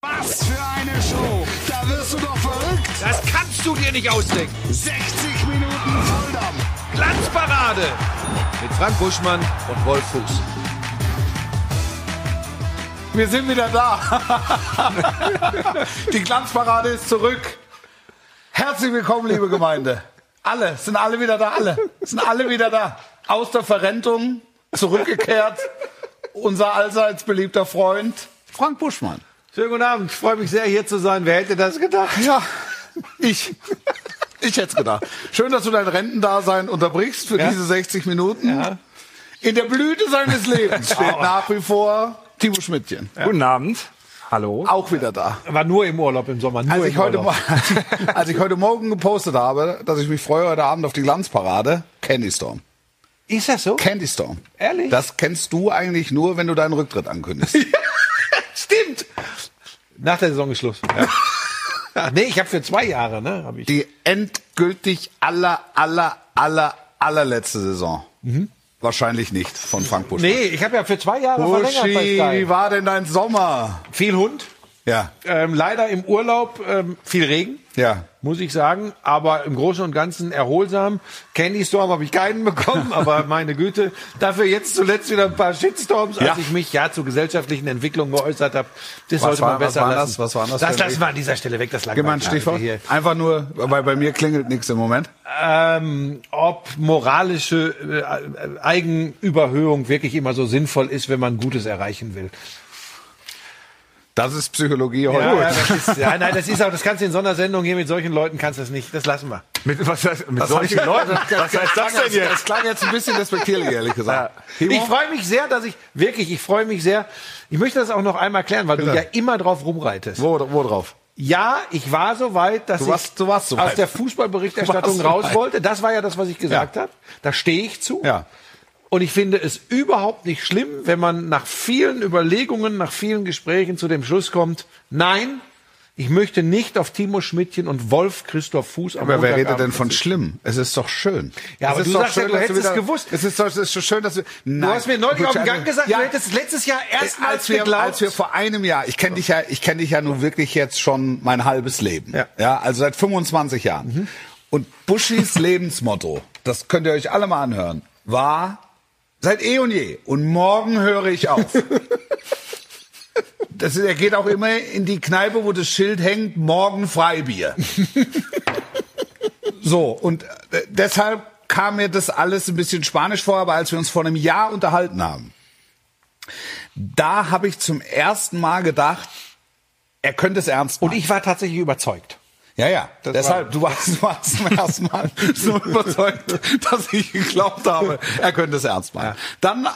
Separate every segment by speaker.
Speaker 1: Was für eine Show! Da wirst du doch verrückt!
Speaker 2: Das kannst du dir nicht ausdenken.
Speaker 1: 60 Minuten Volldampf!
Speaker 2: Glanzparade mit Frank Buschmann und Wolf Fuß.
Speaker 3: Wir sind wieder da. Die Glanzparade ist zurück. Herzlich willkommen, liebe Gemeinde. Alle, sind alle wieder da, alle. Sind alle wieder da. Aus der Verrentung zurückgekehrt. Unser allseits beliebter Freund Frank Buschmann.
Speaker 2: Schönen guten Abend. Ich freue mich sehr, hier zu sein. Wer hätte das gedacht?
Speaker 3: Ja, ich. Ich hätte es gedacht. Schön, dass du dein Rentendasein unterbrichst für
Speaker 2: Ja.
Speaker 3: diese 60 Minuten.
Speaker 2: Ja.
Speaker 3: In der Blüte seines Lebens steht nach wie vor Timo Schmidtchen.
Speaker 4: Guten Abend. Hallo.
Speaker 3: Auch wieder da.
Speaker 2: War nur im Urlaub im Sommer. Nur
Speaker 3: Als Also ich,
Speaker 2: im
Speaker 3: heute,
Speaker 2: Urlaub.
Speaker 3: Mo- als ich heute Morgen gepostet habe, dass ich mich freue heute Abend auf die Glanzparade, Candy Storm.
Speaker 2: Ist das so?
Speaker 3: Candy Storm.
Speaker 2: Ehrlich?
Speaker 3: Das kennst du eigentlich nur, wenn du deinen Rücktritt ankündigst.
Speaker 2: Stimmt. Nach der Saison ist Schluss. Ja. Ach, nee, ich habe für zwei Jahre, ne? Hab ich.
Speaker 3: Die endgültig aller, aller, aller, allerletzte Saison. Wahrscheinlich nicht von Frank Busch.
Speaker 2: Mhm. Nee, ich habe ja für zwei Jahre verlängert bei
Speaker 3: Buschi, wie
Speaker 2: Sky.
Speaker 3: war denn dein Sommer?
Speaker 2: Viel Hund.
Speaker 3: Ja,
Speaker 2: Ähm, leider im Urlaub ähm, viel Regen.
Speaker 3: ja.
Speaker 2: muss ich sagen. Aber im Großen und Ganzen erholsam. Candy Storm habe ich keinen bekommen, aber meine Güte. Dafür jetzt zuletzt wieder ein paar Shitstorms, als
Speaker 3: Ja.
Speaker 2: ich mich ja zur gesellschaftlichen Entwicklung geäußert habe. Das sollte
Speaker 3: war-
Speaker 2: man besser
Speaker 3: was war
Speaker 2: lassen.
Speaker 3: das? Was war das
Speaker 2: Das
Speaker 3: denn?
Speaker 2: lassen wir an dieser Stelle weg, das
Speaker 3: Gib mal ein
Speaker 2: langweilig
Speaker 3: Stichwort.
Speaker 2: hier.
Speaker 3: Einfach nur, weil bei mir klingelt nichts im Moment.
Speaker 2: Ähm, ob moralische äh, Eigenüberhöhung wirklich immer so sinnvoll ist, wenn man Gutes erreichen will.
Speaker 3: Das ist Psychologie heute.
Speaker 2: Ja, ja, das ist, ja, nein, das ist auch, das kannst du in Sondersendungen hier mit solchen Leuten kannst du das nicht. Das lassen wir.
Speaker 4: Mit, was heißt, mit solchen Leuten? Was heißt das denn
Speaker 3: Das
Speaker 4: jetzt?
Speaker 3: klang jetzt ein bisschen respektierlich, ehrlich gesagt. Timo?
Speaker 2: Ich freue mich sehr, dass ich wirklich, ich freue mich sehr. Ich möchte das auch noch einmal klären, weil du
Speaker 3: Bitte.
Speaker 2: ja immer drauf rumreitest.
Speaker 3: Wo, wo drauf?
Speaker 2: Ja, ich war so weit, dass
Speaker 3: Du warst-
Speaker 2: ich
Speaker 3: du warst so weit.
Speaker 2: aus der Fußballberichterstattung
Speaker 3: Du warst so
Speaker 2: raus
Speaker 3: weit.
Speaker 2: wollte. Das war ja das, was ich gesagt
Speaker 3: Ja.
Speaker 2: habe. Da stehe ich zu.
Speaker 3: Ja.
Speaker 2: Und ich finde es überhaupt nicht schlimm, wenn man nach vielen Überlegungen, nach vielen Gesprächen zu dem Schluss kommt, nein, ich möchte nicht auf Timo Schmidtchen und Wolf Christoph Fuß am
Speaker 3: Aber wer redet
Speaker 2: Montagabend
Speaker 3: denn von
Speaker 2: verzichten.
Speaker 3: schlimm? Es ist doch schön.
Speaker 2: Ja,
Speaker 3: es
Speaker 2: aber
Speaker 3: ist
Speaker 2: du
Speaker 3: doch
Speaker 2: sagst ja, du
Speaker 3: dass
Speaker 2: hättest es
Speaker 3: wieder-
Speaker 2: gewusst.
Speaker 3: Es ist doch es ist so schön, dass wir. Nein. also
Speaker 2: Du hast mir neulich auf den Gang gesagt,
Speaker 3: ja,
Speaker 2: du hättest letztes Jahr erstmals
Speaker 3: Äh, als wir,
Speaker 2: geglaubt.
Speaker 3: als wir vor einem Jahr, ich kenne dich ja, ich kenne dich ja nun wirklich jetzt schon mein halbes Leben.
Speaker 2: Ja. Mhm.
Speaker 3: ja also seit 25 Jahren. Und Buschis Lebensmotto, das könnt ihr euch alle mal anhören, war seit eh und je. Und morgen höre ich auf. Das, ist- er geht auch immer in die Kneipe, wo das Schild hängt, morgen Freibier. So, und äh, deshalb kam mir das alles ein bisschen spanisch vor, aber als wir uns vor einem Jahr unterhalten haben, da habe ich zum ersten Mal gedacht, er könnte es ernst
Speaker 2: Und
Speaker 3: machen.
Speaker 2: ich war tatsächlich überzeugt.
Speaker 3: ja, ja.
Speaker 2: Das
Speaker 3: deshalb,
Speaker 2: war-
Speaker 3: du warst, du warst zum ersten Mal so überzeugt, dass ich geglaubt habe, er könnte es ernst machen. Dann äh,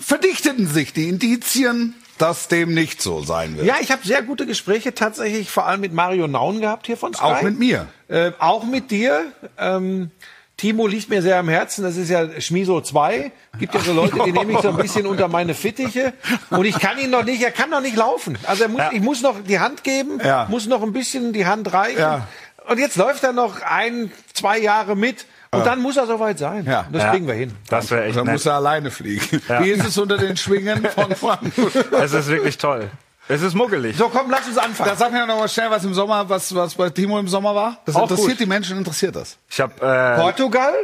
Speaker 3: verdichteten sich die Indizien, dass dem nicht so sein wird.
Speaker 2: Ja, ich habe sehr gute Gespräche tatsächlich vor allem mit Mario Naun gehabt hier von Sky.
Speaker 3: Auch mit mir.
Speaker 2: Äh, auch mit dir. Ähm, Timo liegt mir sehr am Herzen. Das ist ja Schmiso 2. Gibt ja so Leute, die nehme ich so ein bisschen unter meine Fittiche. Und ich kann ihn noch nicht, er kann noch nicht laufen. Also er muss, ich muss noch die Hand geben,
Speaker 3: Ja.
Speaker 2: muss noch ein bisschen die Hand reichen.
Speaker 3: Ja.
Speaker 2: Und jetzt läuft er noch ein, zwei Jahre mit. Und dann muss er soweit sein.
Speaker 3: Ja.
Speaker 2: Und das
Speaker 4: Ja.
Speaker 2: kriegen wir hin.
Speaker 4: Das wäre echt
Speaker 3: Dann muss
Speaker 4: nett.
Speaker 3: er alleine fliegen.
Speaker 4: Ja.
Speaker 3: Wie ist es unter den Schwingen von Frankfurt?
Speaker 4: Es ist wirklich toll. Es ist muggelig.
Speaker 2: So, komm, lass uns anfangen.
Speaker 3: Da sag mir noch mal schnell, was im Sommer, was, was bei Timo im Sommer war. Das
Speaker 4: Auch
Speaker 3: interessiert
Speaker 4: gut.
Speaker 3: die Menschen, interessiert das.
Speaker 4: Ich habe
Speaker 2: Portugal,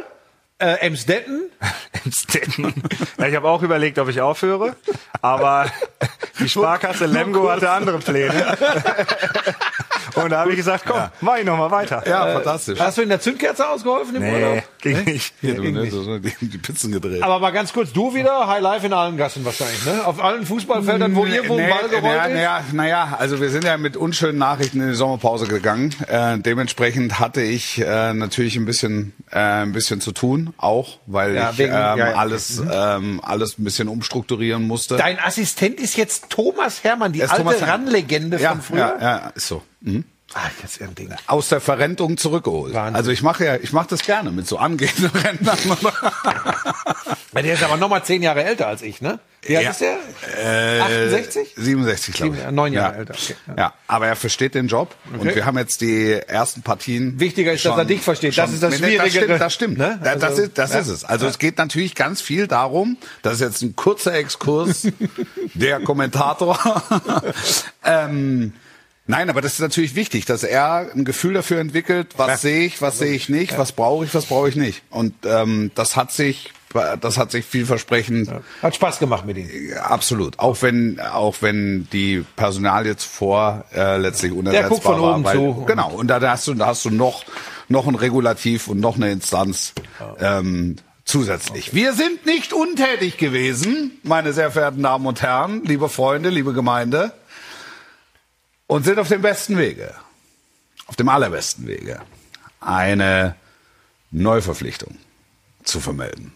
Speaker 2: äh, Emsdetten,
Speaker 4: äh, Stetten. ich habe auch überlegt, ob ich aufhöre, aber die Sparkasse Lemgo hatte andere Pläne. Und da habe ich gesagt, komm, mach ich noch mal weiter.
Speaker 3: Ja, fantastisch.
Speaker 2: Hast du in der Zündkerze ausgeholfen im
Speaker 4: Nee,
Speaker 2: Urlaub?
Speaker 4: ging nicht.
Speaker 3: Hier, du, ne, so, so, die, die Pizzen gedreht.
Speaker 2: Aber mal ganz kurz, du wieder High Life in allen Gassen wahrscheinlich, ne? Auf allen Fußballfeldern,
Speaker 3: Hm,
Speaker 2: wo irgendwo ein Ball gerollt
Speaker 3: naja,
Speaker 2: ist.
Speaker 3: naja, naja, also wir sind ja mit unschönen Nachrichten in die Sommerpause gegangen. Äh, dementsprechend hatte ich äh, natürlich ein bisschen, äh, ein bisschen zu tun, auch weil
Speaker 2: Ja,
Speaker 3: ich
Speaker 2: wegen-
Speaker 3: ähm,
Speaker 2: ja, ja.
Speaker 3: alles, ähm, alles ein bisschen umstrukturieren musste.
Speaker 2: Dein Assistent ist jetzt Thomas Hermann, die
Speaker 3: Er ist
Speaker 2: alte
Speaker 3: Thomas Hermann.
Speaker 2: Randlegende
Speaker 3: ja,
Speaker 2: von früher. Ah,
Speaker 3: ja, ja, ist so. Mhm.
Speaker 2: Ach, jetzt ein Ding.
Speaker 3: aus der Verrentung zurückgeholt.
Speaker 2: Wahnsinn.
Speaker 3: Also ich mache ja, ich mache das gerne mit so angehenden Rentnern.
Speaker 2: Der ist aber nochmal zehn Jahre älter als ich, ne? Wie alt ist der?
Speaker 3: Äh,
Speaker 2: 68?
Speaker 3: 67, glaube ich.
Speaker 2: Sieben- neun Jahre
Speaker 3: ja.
Speaker 2: älter, okay.
Speaker 3: Ja. aber er versteht den Job. Und
Speaker 2: Okay.
Speaker 3: wir haben jetzt die ersten Partien.
Speaker 2: Wichtiger ist, dass er dich versteht. Das ist das
Speaker 3: Das
Speaker 2: Schwierigere.
Speaker 3: stimmt, das, stimmt.
Speaker 2: Ne?
Speaker 3: Da- das,
Speaker 2: Also,
Speaker 3: ist, das
Speaker 2: ja.
Speaker 3: ist es. Also es geht natürlich ganz viel darum, das ist jetzt ein kurzer Exkurs, der Kommentator. ähm, Nein, aber das ist natürlich wichtig, dass er ein Gefühl dafür entwickelt, was sehe ich, was sehe ich nicht, was brauche ich, was brauche ich nicht. Und ähm, das hat sich, das hat sich vielversprechend
Speaker 2: Hat Spaß gemacht mit ihm.
Speaker 3: Absolut. Auch wenn, auch wenn die Personal jetzt vor äh, letztlich unersetzbar
Speaker 2: guckt von
Speaker 3: war.
Speaker 2: oben
Speaker 3: weil,
Speaker 2: zu.
Speaker 3: Genau. Und da hast du, da hast du noch, noch ein Regulativ und noch eine Instanz ähm, zusätzlich. Wir sind nicht untätig gewesen, meine sehr verehrten Damen und Herren, liebe Freunde, liebe Gemeinde, und sind auf dem besten Wege, auf dem allerbesten Wege, eine Neuverpflichtung zu vermelden.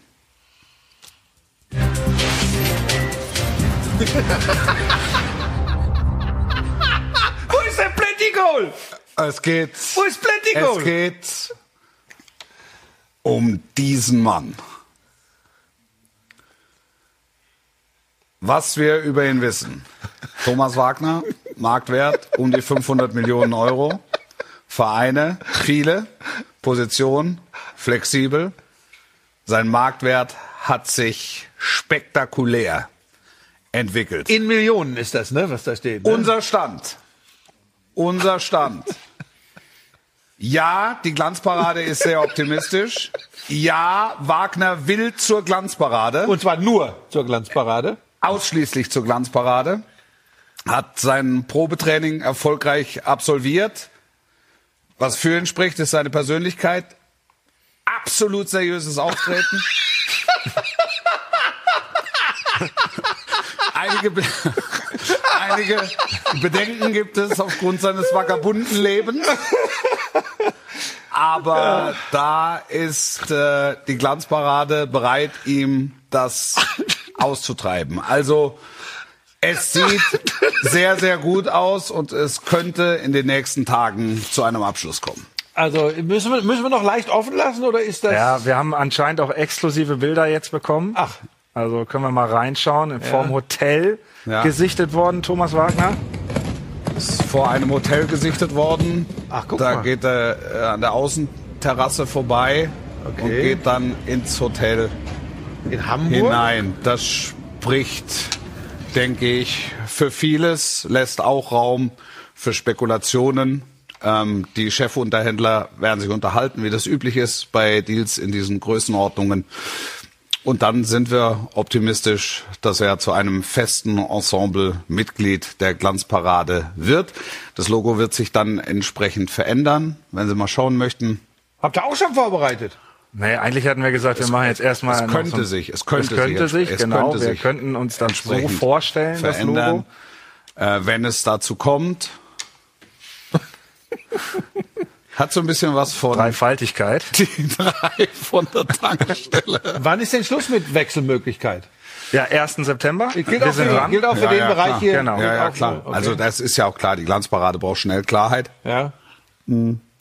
Speaker 2: Wo ist der Plenty Goal?
Speaker 3: Es geht
Speaker 2: Wo ist Plenty
Speaker 3: Es
Speaker 2: Goal?
Speaker 3: geht um diesen Mann. Was wir über ihn wissen. Thomas Wagner, Marktwert um die 500 Millionen Euro. Vereine, viele. Position, flexibel. Sein Marktwert hat sich spektakulär entwickelt.
Speaker 2: In Millionen ist das, ne, was da steht. Ne?
Speaker 3: Unser Stand. Unser Stand. Ja, die Glanzparade ist sehr optimistisch. Ja, Wagner will zur Glanzparade.
Speaker 2: Und zwar nur zur Glanzparade.
Speaker 3: Ausschließlich zur Glanzparade. Hat sein Probetraining erfolgreich absolviert. Was für ihn spricht, ist seine Persönlichkeit. Absolut seriöses Auftreten. einige, Be einige Bedenken gibt es aufgrund seines vagabunden Lebens. Aber da ist äh, die Glanzparade bereit, ihm das auszutreiben. Also es sieht sehr, sehr gut aus und es könnte in den nächsten Tagen zu einem Abschluss kommen.
Speaker 2: Also müssen wir, müssen wir noch leicht offen lassen oder ist das?
Speaker 4: Ja, wir haben anscheinend auch exklusive Bilder jetzt bekommen.
Speaker 2: Ach.
Speaker 4: Also können wir mal reinschauen. In Form Hotel
Speaker 3: Ja.
Speaker 4: gesichtet worden, Thomas Wagner.
Speaker 3: Ist vor einem Hotel gesichtet worden.
Speaker 2: Ach, guck
Speaker 3: da
Speaker 2: mal.
Speaker 3: geht er äh, an der Außenterrasse vorbei und geht dann ins Hotel.
Speaker 2: in Hamburg.
Speaker 3: hinein. Das spricht, denke ich, für vieles, lässt auch Raum für Spekulationen. Ähm, die Chefunterhändler werden sich unterhalten, wie das üblich ist bei Deals in diesen Größenordnungen. Und dann sind wir optimistisch, dass er zu einem festen Ensemble-Mitglied der Glanzparade wird. Das Logo wird sich dann entsprechend verändern. Wenn Sie mal schauen möchten,
Speaker 2: Habt ihr auch schon vorbereitet?
Speaker 4: Nee, eigentlich hatten wir gesagt, wir machen jetzt erstmal.
Speaker 3: es
Speaker 4: noch
Speaker 3: könnte
Speaker 4: so ein-
Speaker 3: sich, es könnte
Speaker 4: es könnte
Speaker 3: sich,
Speaker 4: sich,
Speaker 3: es
Speaker 4: genau.
Speaker 3: könnte
Speaker 4: wir
Speaker 3: sich
Speaker 4: könnten uns dann so
Speaker 3: entsprechend
Speaker 4: vorstellen, das Logo.
Speaker 3: verändern, äh, wenn es dazu kommt. Hat so ein bisschen was von
Speaker 4: Dreifaltigkeit.
Speaker 3: die drei von der Tankstelle.
Speaker 2: Wann ist denn Schluss mit Wechselmöglichkeit?
Speaker 4: Ja, 1. September.
Speaker 2: Gilt auch für, den- gilt auch für
Speaker 3: Ja,
Speaker 2: den
Speaker 3: ja,
Speaker 2: Bereich
Speaker 3: klar,
Speaker 2: hier.
Speaker 4: genau.
Speaker 2: Gilt
Speaker 3: Ja, ja,
Speaker 2: auch
Speaker 3: klar.
Speaker 2: so, okay.
Speaker 3: Also das ist ja auch klar. Die Glanzparade braucht schnell Klarheit.
Speaker 2: ja.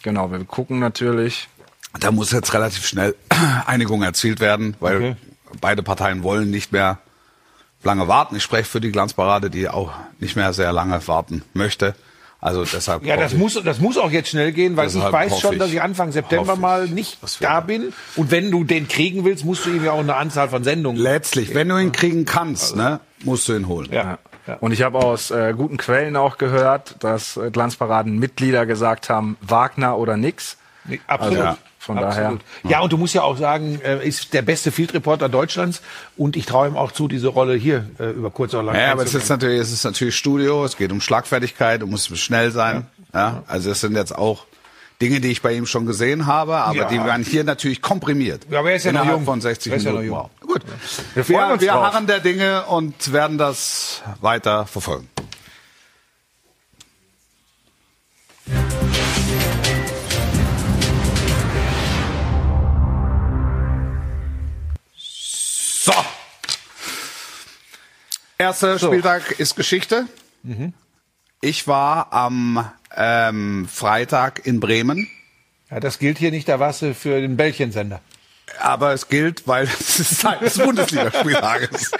Speaker 4: Genau, wir gucken natürlich.
Speaker 3: Da muss jetzt relativ schnell Einigung erzielt werden, weil beide Parteien wollen nicht mehr lange warten. Ich spreche für die Glanzparade, die auch nicht mehr sehr lange warten möchte. Also deshalb.
Speaker 2: Ja, das
Speaker 3: hoffe ich-
Speaker 2: muss, das muss auch jetzt schnell gehen, weil
Speaker 3: Deshalb
Speaker 2: ich weiß
Speaker 3: hoffe
Speaker 2: schon,
Speaker 3: ich-
Speaker 2: dass ich Anfang
Speaker 3: hoffe
Speaker 2: September
Speaker 3: ich,
Speaker 2: mal nicht
Speaker 3: dass wir-
Speaker 2: da bin. Und wenn du den kriegen willst, musst du ihm ja auch eine Anzahl von Sendungen.
Speaker 3: Letztlich, wenn du ihn kriegen kannst, ne, musst du ihn holen.
Speaker 2: ja. ja.
Speaker 4: Und ich habe aus äh, guten Quellen auch gehört, dass äh, Glanzparaden-Mitglieder gesagt haben, Wagner oder nix.
Speaker 2: Nee, Absolut.
Speaker 4: Also, ja, von
Speaker 2: Absolut. Ja, und du musst ja auch sagen, er ist der beste Field Reporter Deutschlands und ich traue ihm auch zu, diese Rolle hier äh, über kurz oder lang.
Speaker 3: Ja, aber es
Speaker 2: einzunehmen.
Speaker 3: ist natürlich, es ist natürlich Studio, es geht um Schlagfertigkeit, du musst schnell sein. Ja. Also es sind jetzt auch Dinge, die ich bei ihm schon gesehen habe, aber
Speaker 2: Ja.
Speaker 3: die werden hier natürlich komprimiert.
Speaker 2: Ja, aber er ist ja noch
Speaker 3: Innerhalb
Speaker 2: jung.
Speaker 3: von 60
Speaker 2: Er ist ja noch
Speaker 3: Minuten.
Speaker 2: jung.
Speaker 3: Wow. Gut.
Speaker 4: Wir freuen
Speaker 3: Wir,
Speaker 4: uns
Speaker 3: wir
Speaker 4: drauf.
Speaker 3: harren der Dinge und werden das weiter verfolgen. So. Erster Spieltag ist Geschichte.
Speaker 2: Mhm.
Speaker 3: Ich war am ähm, Freitag in Bremen,
Speaker 2: ja, das gilt hier nicht, da warst du für den Bällchensender.
Speaker 3: aber es gilt, weil es ist Teil des Bundesligaspieltages.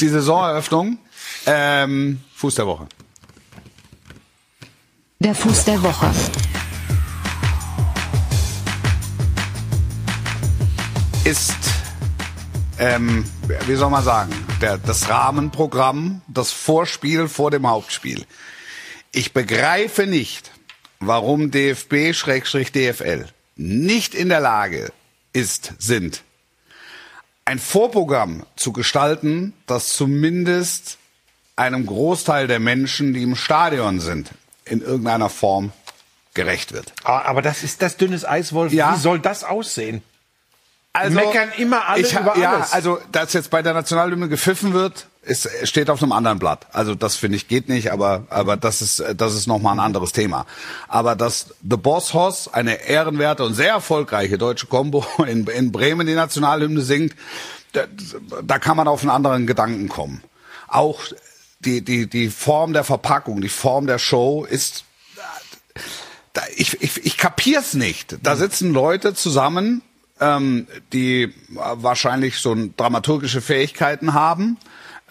Speaker 3: die Saisoneröffnung. Ähm, Fuß der Woche.
Speaker 5: Der Fuß der Woche.
Speaker 3: ist, ähm, wie soll man sagen, der, das Rahmenprogramm, das Vorspiel vor dem Hauptspiel. Ich begreife nicht, warum DFB-DFL nicht in der Lage ist, sind, ein Vorprogramm zu gestalten, das zumindest einem Großteil der Menschen, die im Stadion sind, in irgendeiner Form gerecht wird.
Speaker 2: Ah, Aber das ist das dünnes Eis, Wolf.
Speaker 3: Ja. Also,
Speaker 2: Wie soll das aussehen? Meckern immer alle
Speaker 3: ha-
Speaker 2: über
Speaker 3: ja,
Speaker 2: alles.
Speaker 3: Also, dass jetzt bei der Nationalhymne gepfiffen wird, ist, steht auf einem anderen Blatt. Also, das finde ich geht nicht, aber, aber das ist, äh, das ist nochmal ein anderes Thema. Aber dass The Boss Hoss, eine ehrenwerte und sehr erfolgreiche deutsche Combo in, in Bremen die Nationalhymne singt, da, da kann man auf einen anderen Gedanken kommen. Auch die, die, die Form der Verpackung, die Form der Show ist da, ich, ich, ich kapier's nicht. Da sitzen Leute zusammen, ähm, die wahrscheinlich so ein- dramaturgische Fähigkeiten haben,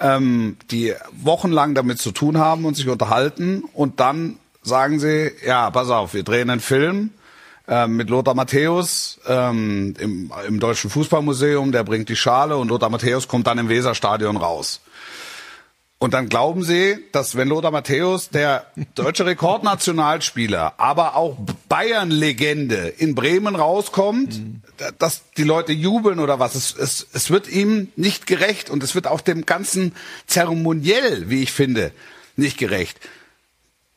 Speaker 3: ähm, die wochenlang damit zu tun haben und sich unterhalten und dann sagen sie, ja, pass auf, wir drehen einen Film ähm, mit Lothar Matthäus ähm, im, im Deutschen Fußballmuseum, der bringt die Schale und Lothar Matthäus kommt dann im Weserstadion raus. Und dann glauben sie, dass wenn Lothar Matthäus, der deutsche Rekordnationalspieler, aber auch Bayern-Legende in Bremen rauskommt, da- dass die Leute jubeln oder was. Es, es, es wird ihm nicht gerecht und es wird auch dem ganzen Zeremoniell, wie ich finde, nicht gerecht.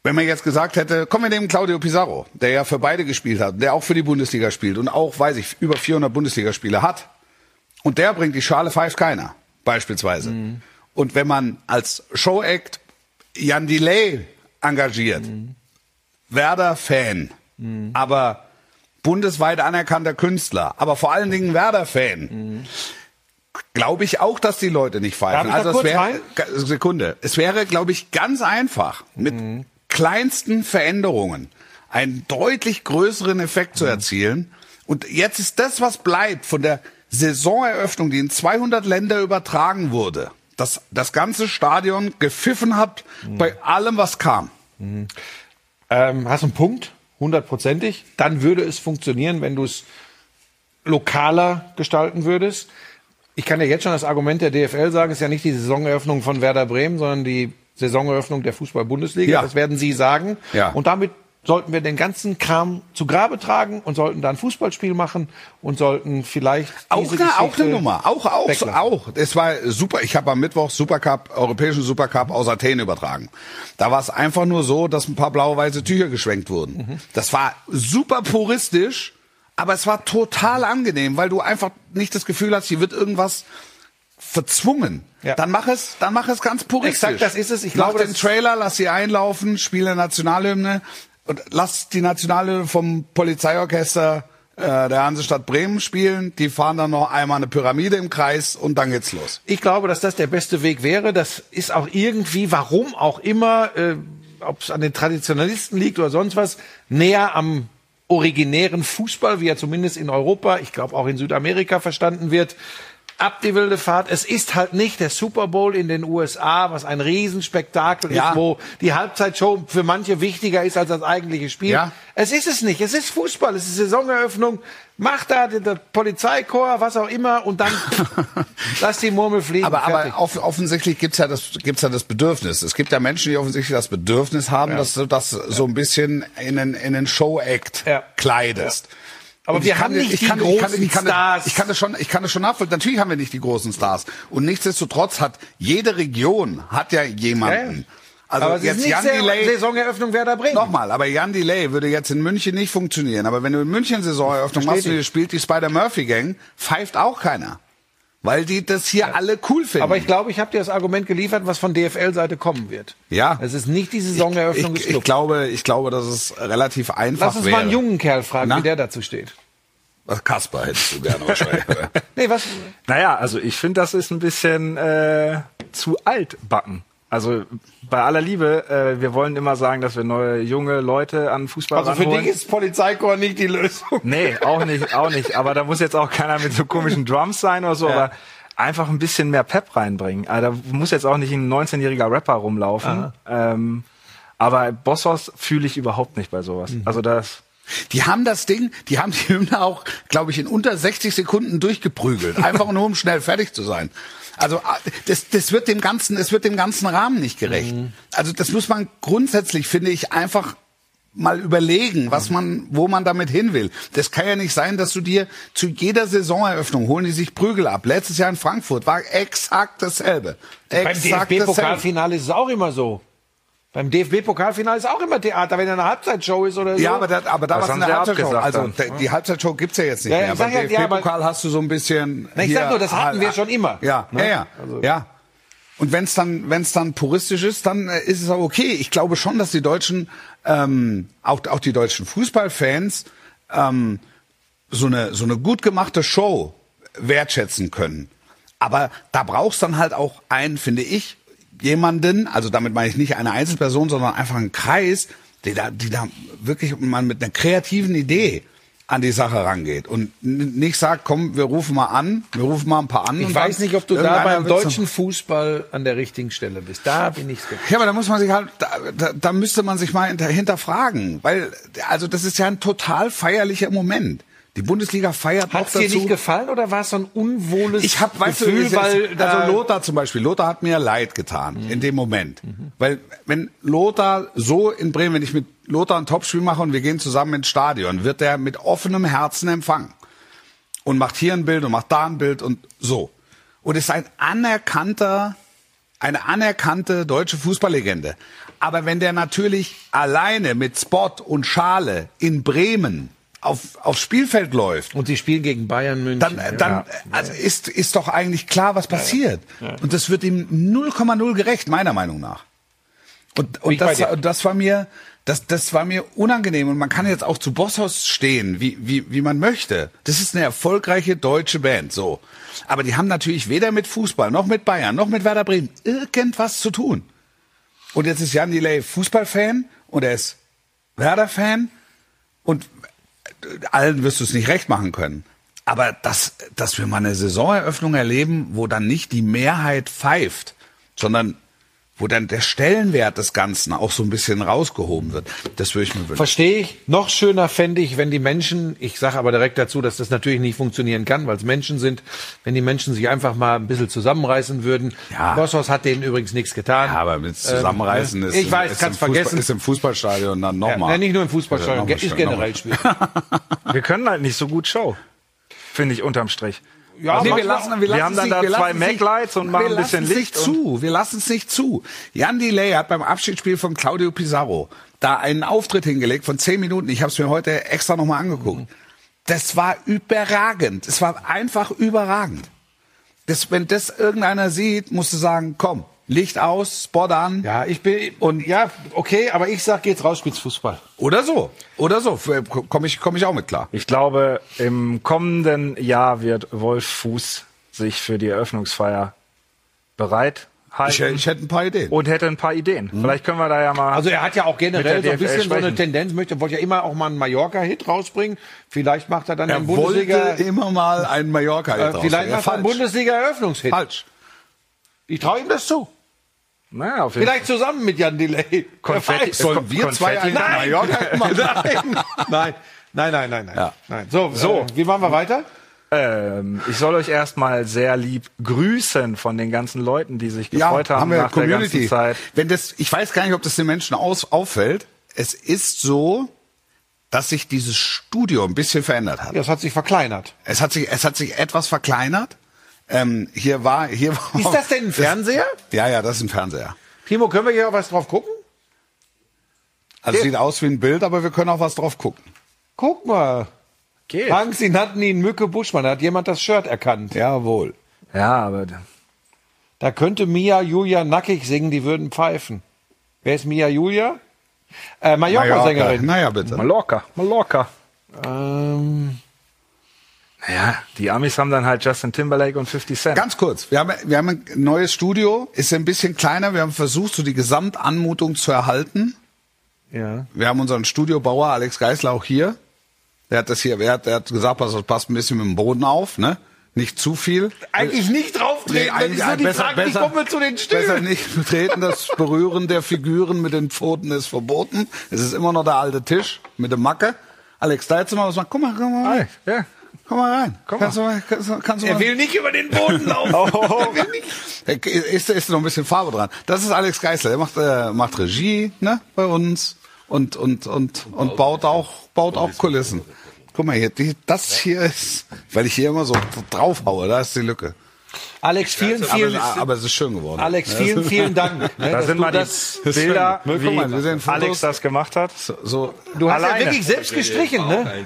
Speaker 3: Wenn man jetzt gesagt hätte, komm, wir nehmen Claudio Pizarro, der ja für beide gespielt hat, der auch für die Bundesliga spielt und auch, weiß ich, über 400 Bundesligaspiele hat, und der bringt die Schale, pfeift keiner, beispielsweise. Und wenn man als Showact Jan Delay engagiert, Werder-Fan, aber bundesweit anerkannter Künstler, aber vor allen Dingen Werder-Fan, glaube ich auch, dass die Leute nicht pfeifen.
Speaker 2: ich da
Speaker 3: Also es
Speaker 2: kurz
Speaker 3: wäre
Speaker 2: rein?
Speaker 3: Sekunde, es wäre, glaube ich, ganz einfach mit kleinsten Veränderungen einen deutlich größeren Effekt zu erzielen. Und jetzt ist das, was bleibt von der Saisoneröffnung, die in 200 Länder übertragen wurde, dass das ganze Stadion gepfiffen hat bei allem, was kam.
Speaker 2: Ähm, hast einen Punkt, hundertprozentig. Dann würde es funktionieren, wenn du es lokaler gestalten würdest. Ich kann ja jetzt schon das Argument der DFL sagen, ist ja nicht die Saisoneröffnung von Werder Bremen, sondern die Saisoneröffnung der Fußball-Bundesliga.
Speaker 3: Ja.
Speaker 2: Das werden sie sagen.
Speaker 3: Ja.
Speaker 2: Und damit sollten wir den ganzen Kram zu Grabe tragen und sollten da ein Fußballspiel machen und sollten vielleicht
Speaker 3: Auch
Speaker 2: diese
Speaker 3: eine, auch
Speaker 2: Geschichte
Speaker 3: eine Nummer, auch auch
Speaker 2: weglassen.
Speaker 3: auch. Es war super. Ich habe am Mittwoch Supercup, europäischen Supercup aus Athen übertragen. Da war es einfach nur so, dass ein paar blau-weiße Tücher geschwenkt wurden. Das war super puristisch, aber es war total angenehm, weil du einfach nicht das Gefühl hast, hier wird irgendwas verzwungen.
Speaker 2: Ja.
Speaker 3: Dann mach es, dann mach es ganz puristisch.
Speaker 2: Exakt, das ist es. Ich
Speaker 3: mach
Speaker 2: glaube,
Speaker 3: den
Speaker 2: das ist-
Speaker 3: Trailer, lass sie einlaufen, spiele Nationalhymne und lass die Nationalhymne vom Polizeiorchester äh, der Hansestadt Bremen spielen. Die fahren dann noch einmal eine Pyramide im Kreis und dann geht's los.
Speaker 2: Ich glaube, dass das der beste Weg wäre. Das ist auch irgendwie, warum auch immer, äh, ob es an den Traditionalisten liegt oder sonst was, näher am originären Fußball, wie er zumindest in Europa, ich glaube auch in Südamerika verstanden wird. Ab die wilde Fahrt. Es ist halt nicht der Super Bowl in den USA, was ein Riesenspektakel
Speaker 3: Ja.
Speaker 2: ist, wo die Halbzeitshow für manche wichtiger ist als das eigentliche Spiel.
Speaker 3: Ja.
Speaker 2: Es ist es nicht. Es ist Fußball. Es ist Saisoneröffnung. Mach da den, den Polizeichor, was auch immer, und dann lass die Murmel fliegen.
Speaker 3: Aber,
Speaker 2: Fertig.
Speaker 3: aber off offensichtlich gibt's ja, das, gibt's ja das Bedürfnis. Es gibt ja Menschen, die offensichtlich das Bedürfnis haben, dass du das so ein bisschen in einen, in einen Show-Act
Speaker 2: Ja.
Speaker 3: kleidest.
Speaker 2: Aber
Speaker 3: Und
Speaker 2: wir
Speaker 3: ich kann
Speaker 2: haben
Speaker 3: dir-
Speaker 2: nicht
Speaker 3: ich
Speaker 2: die
Speaker 3: kann, ich kann,
Speaker 2: großen
Speaker 3: ich kann,
Speaker 2: Stars.
Speaker 3: Ich kann das schon, ich kann das schon nachvollziehen. Natürlich haben wir nicht die großen Stars. Und nichtsdestotrotz hat jede Region hat ja jemanden. Also
Speaker 2: aber es
Speaker 3: jetzt
Speaker 2: ist nicht
Speaker 3: Jan
Speaker 2: Saison-
Speaker 3: Delay.
Speaker 2: Saisoneröffnung Werder Bremen.
Speaker 3: Nochmal, aber Jan Delay würde jetzt in München nicht funktionieren. Aber wenn du in München Saisoneröffnung machst,
Speaker 2: Verstehe
Speaker 3: wie spielt die Spider-Murphy-Gang, pfeift auch keiner. Weil die das hier alle cool finden.
Speaker 2: Aber ich glaube, ich habe dir das Argument geliefert, was von DFL-Seite kommen wird.
Speaker 3: Ja.
Speaker 2: Es ist nicht die Saisoneröffnung
Speaker 3: ich,
Speaker 2: des
Speaker 3: ich
Speaker 2: Clubs.
Speaker 3: glaube, ich glaube, dass es relativ einfach
Speaker 2: Lass uns
Speaker 3: wäre.
Speaker 2: mal einen jungen Kerl fragen,
Speaker 3: Na?
Speaker 2: wie der dazu steht.
Speaker 3: Kasper hättest du gerne wahrscheinlich.
Speaker 2: Nee, was?
Speaker 4: Naja, also ich finde, das ist ein bisschen äh, zu altbacken. Also bei aller Liebe, äh, wir wollen immer sagen, dass wir neue, junge Leute an Fußball
Speaker 2: Also für
Speaker 4: ranholen.
Speaker 2: dich ist Polizeichor nicht die Lösung.
Speaker 4: Nee, auch nicht, auch nicht. Aber da muss jetzt auch keiner mit so komischen Drums sein oder so. Aber einfach ein bisschen mehr Pep reinbringen. Also, da muss jetzt auch nicht ein 19-jähriger Rapper rumlaufen. Ähm, aber Bosshaus fühle ich überhaupt nicht bei sowas.
Speaker 3: Mhm.
Speaker 4: Also das.
Speaker 3: Die haben das Ding, die haben die Hymne auch, glaube ich, in unter 60 Sekunden durchgeprügelt. Einfach nur, um schnell fertig zu sein. Also das, das wird dem ganzen, es wird dem ganzen Rahmen nicht gerecht. Also das muss man grundsätzlich, finde ich, einfach mal überlegen, was man, wo man damit hin will. Das kann ja nicht sein, dass du dir zu jeder Saisoneröffnung holen die sich Prügel ab. Letztes Jahr in Frankfurt war exakt dasselbe.
Speaker 2: Beim
Speaker 3: Exakt dasselbe.
Speaker 2: DFB-Pokalfinale ist es auch immer so. Beim DFB-Pokalfinale ist auch immer Theater, wenn da eine Halbzeitshow ist oder so.
Speaker 3: Ja, aber, da, aber da
Speaker 4: Das
Speaker 3: war es
Speaker 4: haben
Speaker 3: eine
Speaker 4: sie
Speaker 3: Halbzeitshow.
Speaker 4: abgesagt
Speaker 3: Also
Speaker 4: dann.
Speaker 3: da- die Halbzeitshow gibt's ja jetzt nicht
Speaker 2: Ja, ich
Speaker 3: mehr. Beim
Speaker 2: sag ja, ja, aber-
Speaker 3: DFB-Pokal hast du so ein bisschen.
Speaker 2: Na, ich
Speaker 3: hier- halt
Speaker 2: sag nur, das hatten wir schon immer.
Speaker 3: Ja,
Speaker 2: Ne?
Speaker 3: ja, ja.
Speaker 2: Also-
Speaker 3: ja. Und wenn's dann, wenn's dann puristisch ist, dann äh, ist es auch okay. Ich glaube schon, dass die Deutschen, ähm, auch, auch die deutschen Fußballfans, ähm, so eine, so eine gut gemachte Show wertschätzen können. Aber da brauchst dann halt auch einen, finde ich, jemanden, also damit meine ich nicht eine Einzelperson, sondern einfach einen Kreis, die da, die da wirklich mal mit einer kreativen Idee an die Sache rangeht und n- nicht sagt, komm, wir rufen mal an, wir rufen mal ein paar an.
Speaker 2: ich
Speaker 3: und
Speaker 2: weiß
Speaker 3: dann
Speaker 2: nicht, ob du da
Speaker 3: irgendeiner
Speaker 2: beim
Speaker 3: wird's noch-
Speaker 2: deutschen Fußball an der richtigen Stelle bist. Da bin ich skeptisch.
Speaker 3: Ja, aber da muss man sich halt, da, da, da müsste man sich mal hinter, hinterfragen, weil also das ist ja ein total feierlicher Moment. Die Bundesliga feiert
Speaker 2: Hat's
Speaker 3: noch
Speaker 2: dir
Speaker 3: dazu.
Speaker 2: nicht gefallen oder war es so ein unwohles
Speaker 3: ich habe weißt
Speaker 2: Gefühl,
Speaker 3: du, es- es-
Speaker 2: weil Mhm.
Speaker 3: also
Speaker 2: also
Speaker 3: Lothar zum Beispiel, Lothar hat mir leid getan in dem Moment, weil wenn Lothar so in Bremen, wenn ich mit Lothar ein Topspiel mache und wir gehen zusammen ins Stadion, wird er mit offenem Herzen empfangen und macht hier ein Bild und macht da ein Bild und so und ist ein anerkannter eine anerkannte deutsche Fußballlegende. Aber wenn der natürlich alleine mit Spot und Schale in Bremen auf, aufs Spielfeld läuft,
Speaker 2: und sie spielen gegen Bayern München.
Speaker 3: dann,
Speaker 2: ja.
Speaker 3: dann also ist, ist doch eigentlich klar, was passiert. Und das wird ihm 0,0 gerecht, meiner Meinung nach. Und,
Speaker 2: Bin ich
Speaker 3: und
Speaker 2: bei
Speaker 3: das,
Speaker 2: dir.
Speaker 3: und das war mir, das, das war mir unangenehm. Und man kann jetzt auch zu Bosshaus stehen, wie, wie, wie man möchte. Das ist eine erfolgreiche deutsche Band, so. Aber die haben natürlich weder mit Fußball, noch mit Bayern, noch mit Werder Bremen irgendwas zu tun. Und jetzt ist Jan Delay Fußballfan und er ist Werder-Fan und äh, allen wirst du es nicht recht machen können. Aber dass, dass wir mal eine Saisoneröffnung erleben, wo dann nicht die Mehrheit pfeift, sondern wo dann der Stellenwert des Ganzen auch so ein bisschen rausgehoben wird, das würde ich mir wünschen.
Speaker 2: Verstehe ich. Noch schöner fände ich, wenn die Menschen, ich sage aber direkt dazu, dass das natürlich nicht funktionieren kann, weil es Menschen sind, wenn die Menschen sich einfach mal ein bisschen zusammenreißen würden.
Speaker 3: Ja.
Speaker 2: Bosshaus hat denen übrigens nichts getan.
Speaker 3: Ja, aber mit Zusammenreißen
Speaker 2: Ähm,
Speaker 3: ist,
Speaker 2: ich
Speaker 3: im-
Speaker 2: weiß,
Speaker 3: ist,
Speaker 2: kannst
Speaker 3: im Fußball-
Speaker 2: vergessen.
Speaker 3: ist im Fußballstadion dann
Speaker 2: Ja,
Speaker 3: nochmal.
Speaker 2: nein, nicht nur im Fußballstadion,
Speaker 3: Also
Speaker 2: ist
Speaker 3: nochmal
Speaker 2: generell
Speaker 3: schön,
Speaker 2: Spiel.
Speaker 4: Wir können halt nicht so gut Show. Finde ich unterm Strich. Also
Speaker 2: Ja,
Speaker 3: Nee,
Speaker 2: aber
Speaker 3: wir, lassen, wir, lassen
Speaker 4: haben dann
Speaker 3: sich,
Speaker 4: da
Speaker 3: wir
Speaker 4: zwei
Speaker 3: lassen sich-
Speaker 4: Maglights und
Speaker 3: wir
Speaker 4: machen ein bisschen
Speaker 3: lassen's
Speaker 4: Licht.
Speaker 3: Nicht
Speaker 4: und
Speaker 3: zu, wir lassen es nicht zu. Jan Delay hat beim Abschiedsspiel von Claudio Pizarro da einen Auftritt hingelegt von zehn Minuten. Ich habe es mir heute extra nochmal angeguckt. Das war überragend. Es war einfach überragend. Das, wenn das irgendeiner sieht, musst du sagen, komm, Licht aus, Spot an.
Speaker 2: Ja, ich bin und ja, okay, aber ich sag, geht's raus, spielt's Fußball.
Speaker 3: Oder so. Oder so. Komme ich, komm ich auch mit klar.
Speaker 4: Ich glaube, im kommenden Jahr wird Wolf Fuß sich für die Eröffnungsfeier bereit
Speaker 3: Ich,
Speaker 4: halten
Speaker 3: ich hätte ein paar Ideen.
Speaker 4: und hätte ein paar Ideen.
Speaker 3: Mhm.
Speaker 4: Vielleicht können wir da ja mal.
Speaker 2: Also er hat ja auch generell
Speaker 4: Mit
Speaker 2: so
Speaker 4: der
Speaker 2: ein bisschen
Speaker 4: DFL
Speaker 2: so eine
Speaker 4: sprechen.
Speaker 2: Tendenz, möchte wollte ja immer auch mal einen Mallorca-Hit rausbringen. Vielleicht macht er dann
Speaker 3: er
Speaker 2: den Bundesliga.
Speaker 3: wollte immer mal einen Mallorca
Speaker 2: Äh, vielleicht macht er einen Bundesliga-Eröffnungshit.
Speaker 3: Falsch.
Speaker 2: Ich traue ihm das zu.
Speaker 4: naja, auf jeden Fall.
Speaker 2: Vielleicht zusammen mit Jan Delay.
Speaker 4: Konfetti-
Speaker 2: Wer weiß.
Speaker 4: Kon- Konfetti-
Speaker 3: nach
Speaker 2: Nein.
Speaker 3: Mallorca machen?
Speaker 2: nein, nein, nein, nein, nein, nein.
Speaker 3: Ja.
Speaker 2: nein. So, so. Äh, wie machen wir weiter?
Speaker 4: Ähm, ich soll euch erstmal sehr lieb grüßen von den ganzen Leuten, die sich
Speaker 3: Ja,
Speaker 4: gefreut haben,
Speaker 3: haben wir
Speaker 4: nach
Speaker 3: Community.
Speaker 4: der ganzen Zeit.
Speaker 3: Wenn das, ich weiß gar nicht, ob das den Menschen aus, auffällt. Es ist so, dass sich dieses Studio ein bisschen verändert hat.
Speaker 2: Ja, Das hat sich verkleinert.
Speaker 3: Es hat sich, es hat sich etwas verkleinert. Ähm, hier war, hier war.
Speaker 2: Ist das denn ein Fernseher?
Speaker 3: Ja, ja, das ist ein Fernseher.
Speaker 2: Timo, können wir hier auch was drauf gucken?
Speaker 3: Also sieht aus wie ein Bild, aber wir können auch was drauf gucken.
Speaker 2: Guck mal.
Speaker 4: Geht.
Speaker 2: Hans, ihn nannten ihn Mücke Buschmann. Da hat jemand das Shirt erkannt.
Speaker 3: Jawohl.
Speaker 4: Ja, aber
Speaker 2: Da könnte Mia Julia nackig singen, die würden pfeifen. Wer ist Mia Julia? Äh, Mallorca-Sängerin.
Speaker 3: Naja, bitte.
Speaker 4: Mallorca, Mallorca.
Speaker 2: Ähm,
Speaker 4: Naja, die Amis haben dann halt Justin Timberlake und 50 Cent.
Speaker 3: Ganz kurz, wir haben, wir haben ein neues Studio, ist ein bisschen kleiner, wir haben versucht, so die Gesamtanmutung zu erhalten.
Speaker 2: ja.
Speaker 3: wir haben unseren Studiobauer Alex Geisler auch hier. Der hat das hier, der hat, der hat gesagt, pass, das passt ein bisschen mit dem Boden auf, ne? Nicht zu viel.
Speaker 2: Eigentlich nicht
Speaker 3: Nee,
Speaker 2: drauftreten, das
Speaker 3: eigentlich
Speaker 2: ist nur die
Speaker 3: besser-
Speaker 2: Frage, wie
Speaker 3: besser-
Speaker 2: kommen wir zu den Stühlen?
Speaker 3: Besser nicht betreten, das Berühren der Figuren mit den Pfoten ist verboten. Es ist immer noch der alte Tisch mit der Macke. Alex, da jetzt mal was machen. Komm mal, komm mal rein.
Speaker 4: Ja.
Speaker 3: Komm mal rein.
Speaker 4: Komm
Speaker 3: kannst, Du mal, kannst, du- kannst du
Speaker 2: Er
Speaker 3: mal.
Speaker 2: will nicht über den Boden laufen. Er will nicht.
Speaker 3: Oh. Ist, ist noch ein bisschen Farbe dran. Das ist Alex Geißler. Er macht, äh, macht Regie ne, bei uns und, und, und, und baut auch, baut auch Kulissen. Guck mal hier, die, das hier ist, weil ich hier immer so draufhaue, da ist die Lücke.
Speaker 2: Alex, vielen, vielen,
Speaker 3: Aber, aber es ist schön geworden.
Speaker 2: Alex, vielen, vielen Dank. ne,
Speaker 4: Da
Speaker 2: dass
Speaker 4: sind
Speaker 2: du
Speaker 4: mal
Speaker 2: das-
Speaker 4: die Bilder,
Speaker 3: schön. Guck
Speaker 4: wie
Speaker 3: mal, wir sehen Fotos.
Speaker 4: Alex das gemacht hat.
Speaker 3: So,
Speaker 2: Du hast ja
Speaker 4: Alleine.
Speaker 2: wirklich selbst gestrichen, ne?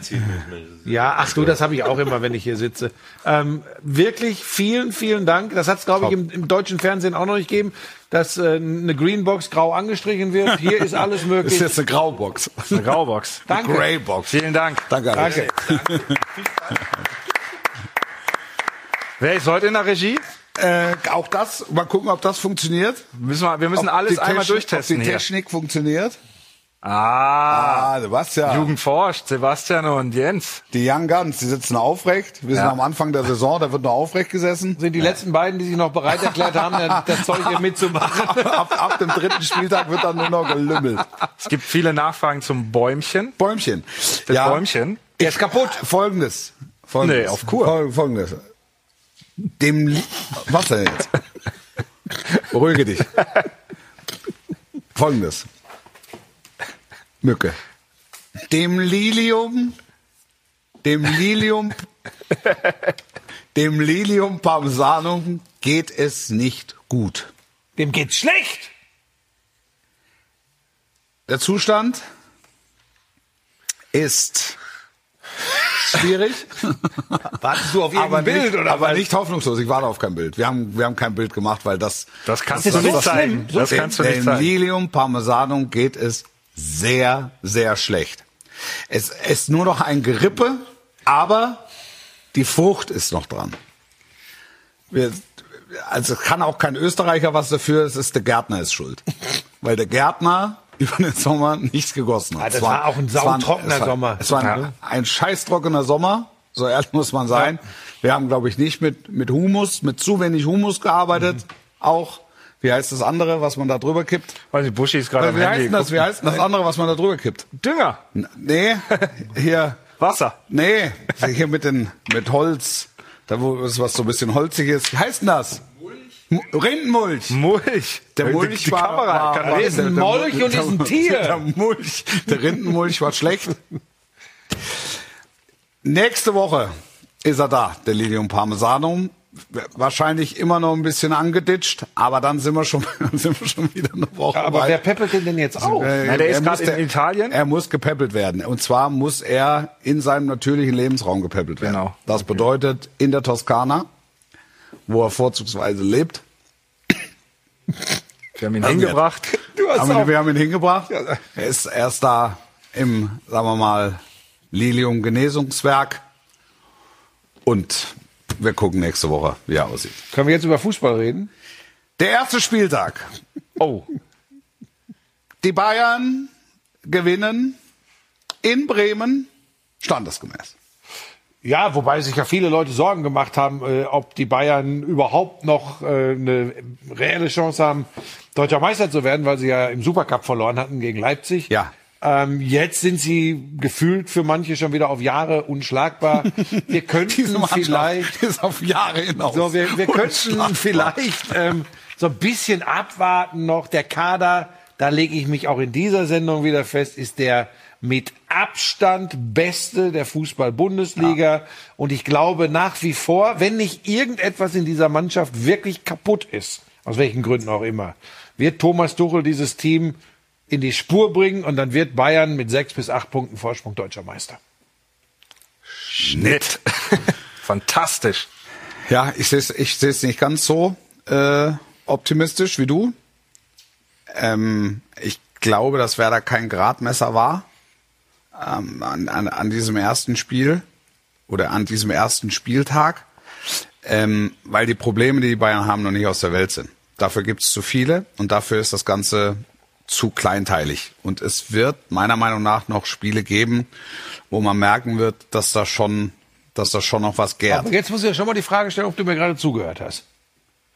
Speaker 2: Ja, ach du, das habe ich auch immer, wenn ich hier sitze. Ähm, wirklich vielen, vielen Dank. Das hat es, glaube ich, im, im deutschen Fernsehen auch noch nicht gegeben, dass äh, eine Greenbox grau angestrichen wird. Hier ist alles
Speaker 3: Das ist
Speaker 2: möglich.
Speaker 3: jetzt eine Graubox.
Speaker 4: Eine Graubox.
Speaker 2: Danke.
Speaker 3: Greybox.
Speaker 4: Vielen Dank.
Speaker 3: Danke, Alex.
Speaker 2: Danke.
Speaker 4: Wer ist heute in der Regie?
Speaker 3: Äh, auch das, mal gucken, ob das funktioniert.
Speaker 4: Müssen wir, wir müssen
Speaker 3: Ob
Speaker 4: alles
Speaker 3: die
Speaker 4: einmal
Speaker 3: Technik-
Speaker 4: durchtesten
Speaker 3: Ob die
Speaker 4: hier.
Speaker 3: Technik funktioniert.
Speaker 4: Ah,
Speaker 3: Ah, Sebastian.
Speaker 4: Jugend forscht, Sebastian und Jens.
Speaker 3: Die Young Guns, die sitzen aufrecht. Wir sind
Speaker 4: Ja.
Speaker 3: am Anfang der Saison, da wird noch aufrecht gesessen.
Speaker 2: Sind die letzten beiden, die sich noch bereit erklärt haben, das- das Zeug hier mitzumachen.
Speaker 3: ab, ab dem dritten Spieltag wird dann nur noch gelümmelt.
Speaker 4: Es gibt viele Nachfragen zum Bäumchen.
Speaker 3: Bäumchen.
Speaker 4: Das Bäumchen.
Speaker 2: Der ist kaputt.
Speaker 3: Folgendes. Folgendes.
Speaker 4: Nee, auf Kur.
Speaker 3: Fol- Folgendes. Dem. Li- Was denn jetzt? Beruhige dich. Folgendes. Mücke. Dem Lilium. Dem Lilium. Dem Lilium Parmesanum geht es nicht gut.
Speaker 2: Dem geht's schlecht.
Speaker 3: Der Zustand ist schwierig.
Speaker 2: Wartest du auf irgendein
Speaker 3: aber
Speaker 2: Bild
Speaker 3: nicht,
Speaker 2: oder
Speaker 3: aber
Speaker 2: was?
Speaker 3: nicht hoffnungslos. Ich warte auf kein Bild. Wir haben, wir haben kein Bild gemacht, weil das.
Speaker 4: Das kannst
Speaker 2: Das
Speaker 4: du
Speaker 2: ist
Speaker 4: nicht
Speaker 2: so schlimm.
Speaker 4: zeigen.
Speaker 2: So
Speaker 4: Das
Speaker 2: schlimm.
Speaker 4: kannst du nicht
Speaker 3: dem
Speaker 4: zeigen.
Speaker 3: Lilium Parmesanum geht es sehr, sehr schlecht. Es ist nur noch ein Gerippe, aber die Frucht ist noch dran. Wir, also kann auch kein Österreicher was dafür. Es ist der Gärtner ist schuld, weil der Gärtner über den Sommer nichts gegossen hat.
Speaker 2: Ah, das
Speaker 3: Es
Speaker 2: war auch ein
Speaker 3: es war
Speaker 2: sautrockener
Speaker 3: es war-
Speaker 2: Sommer.
Speaker 3: Es war ein,
Speaker 4: Ja.
Speaker 3: ein scheißtrockener Sommer. So ehrlich muss man sein. Wir haben, glaube ich, nicht mit, mit Humus, mit zu wenig Humus gearbeitet.
Speaker 2: Mhm.
Speaker 3: Auch, wie heißt das andere, was man da drüber kippt? Äh,
Speaker 4: Weil die Buschi ist gerade am
Speaker 3: wie, heißt
Speaker 4: Handy.
Speaker 3: denn das, wie
Speaker 4: Guck.
Speaker 3: heißt denn das andere, was man da drüber kippt?
Speaker 4: Dünger.
Speaker 3: N- Nee, hier.
Speaker 4: Wasser.
Speaker 3: Nee, hier mit, den, mit Holz. Da, wo es was so ein bisschen holzig ist. Wie heißt denn das? Mulch? Rindenmulch.
Speaker 4: Mulch.
Speaker 3: Der
Speaker 4: Die-
Speaker 3: Mulch
Speaker 4: die
Speaker 3: war-
Speaker 4: Kamera
Speaker 3: war-
Speaker 4: kann
Speaker 3: war-
Speaker 4: lesen.
Speaker 2: ist ein
Speaker 3: der-
Speaker 2: Molch und ist ein
Speaker 3: Der
Speaker 2: Tier.
Speaker 3: Mulch, der Rindenmulch war schlecht. Nächste Woche ist er da, der Lilium Parmesanum. Wahrscheinlich immer noch ein bisschen angeditscht, aber dann sind wir schon, sind wir schon wieder eine Woche
Speaker 2: Aber
Speaker 3: weit.
Speaker 2: wer peppelt denn denn jetzt auf?
Speaker 3: Äh,
Speaker 4: Na, der
Speaker 3: er
Speaker 4: ist
Speaker 3: muss-
Speaker 4: gerade in Italien.
Speaker 3: Er muss gepäppelt werden. Und zwar muss er in seinem natürlichen Lebensraum gepäppelt werden.
Speaker 4: Genau.
Speaker 3: Das bedeutet in der Toskana, wo er vorzugsweise lebt.
Speaker 4: Wir haben ihn hingebracht.
Speaker 2: Du hast
Speaker 3: Haben
Speaker 2: auch-
Speaker 3: wir, wir haben ihn hingebracht. Er ist erst da im, sagen wir mal, Lilium Genesungswerk. Und wir gucken nächste Woche, wie er aussieht.
Speaker 2: Können wir jetzt über Fußball reden?
Speaker 3: Der erste Spieltag.
Speaker 4: Oh.
Speaker 3: Die Bayern gewinnen in Bremen standesgemäß.
Speaker 2: Ja, wobei sich ja viele Leute Sorgen gemacht haben, äh, ob die Bayern überhaupt noch äh, eine reelle Chance haben, deutscher Meister zu werden, weil sie ja im Supercup verloren hatten gegen Leipzig.
Speaker 3: Ja.
Speaker 2: Ähm, jetzt sind sie gefühlt für manche schon wieder auf Jahre unschlagbar. Wir
Speaker 3: Diese
Speaker 2: könnten
Speaker 3: Mannschaft
Speaker 2: vielleicht
Speaker 3: ist auf Jahre hinaus.
Speaker 2: So, wir, wir
Speaker 3: unschlagbar.
Speaker 2: könnten vielleicht ähm, so ein bisschen abwarten noch. Der Kader, da lege ich mich auch in dieser Sendung wieder fest, ist der mit Abstand beste der Fußball-Bundesliga. Und ich glaube nach wie vor, wenn nicht irgendetwas in dieser Mannschaft wirklich kaputt ist, aus welchen Gründen auch immer, wird Thomas Tuchel dieses Team in die Spur bringen und dann wird Bayern mit sechs bis acht Punkten Vorsprung deutscher Meister.
Speaker 4: Schnitt. Fantastisch.
Speaker 3: Ja, ich sehe es ich seh's nicht ganz so äh, optimistisch wie du. Ähm, ich glaube, dass Werder kein Gradmesser war ähm, an, an, an diesem ersten Spiel oder an diesem ersten Spieltag, ähm, weil die Probleme, die die Bayern haben, noch nicht aus der Welt sind. Dafür gibt's zu viele und dafür ist das Ganze zu kleinteilig. Und es wird meiner Meinung nach noch Spiele geben, wo man merken wird, dass da schon, dass das schon noch was gärt.
Speaker 2: Aber jetzt muss ich ja schon mal die Frage stellen, ob du mir gerade zugehört hast.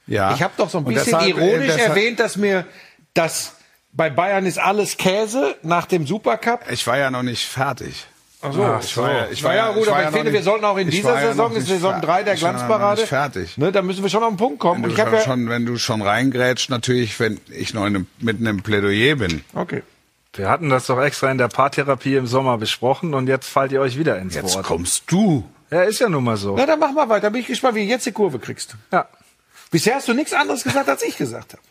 Speaker 3: Ja.
Speaker 2: Ich habe doch so ein
Speaker 3: Ah. Und
Speaker 2: bisschen
Speaker 3: deshalb, äh,
Speaker 2: ironisch
Speaker 3: deshalb-
Speaker 2: erwähnt, dass mir das bei Bayern ist alles Käse nach dem Supercup.
Speaker 3: Ich war ja noch nicht fertig.
Speaker 2: Ach so.
Speaker 3: Ich war ja, ich war
Speaker 2: naja,
Speaker 3: ja-
Speaker 2: gut,
Speaker 3: ich war
Speaker 2: aber ich
Speaker 3: ja noch
Speaker 2: finde,
Speaker 3: nicht-
Speaker 2: wir sollten auch in
Speaker 3: ich
Speaker 2: dieser
Speaker 3: war ja noch
Speaker 2: Saison, ist
Speaker 3: nicht
Speaker 2: Saison
Speaker 3: fer-
Speaker 2: 3 der
Speaker 3: ich war ja noch
Speaker 2: Glanzparade.
Speaker 3: nicht fertig.
Speaker 2: Ne, da müssen wir schon auf den Punkt kommen.
Speaker 3: Wenn
Speaker 2: Und ich
Speaker 3: du,
Speaker 2: habe
Speaker 3: schon,
Speaker 2: ja.
Speaker 3: schon, wenn du schon reingrätscht, natürlich, wenn ich noch in einem, mitten im Plädoyer bin.
Speaker 2: okay.
Speaker 4: Wir hatten das doch extra in der Paartherapie im Sommer besprochen und jetzt fallt ihr euch wieder ins
Speaker 3: Jetzt
Speaker 4: Wort.
Speaker 3: kommst du.
Speaker 4: Ja, ist ja nun mal so.
Speaker 2: Na, dann mach mal weiter. Bin ich gespannt, wie du jetzt die Kurve kriegst.
Speaker 4: Ja.
Speaker 2: Bisher hast du nichts anderes gesagt, als ich gesagt habe.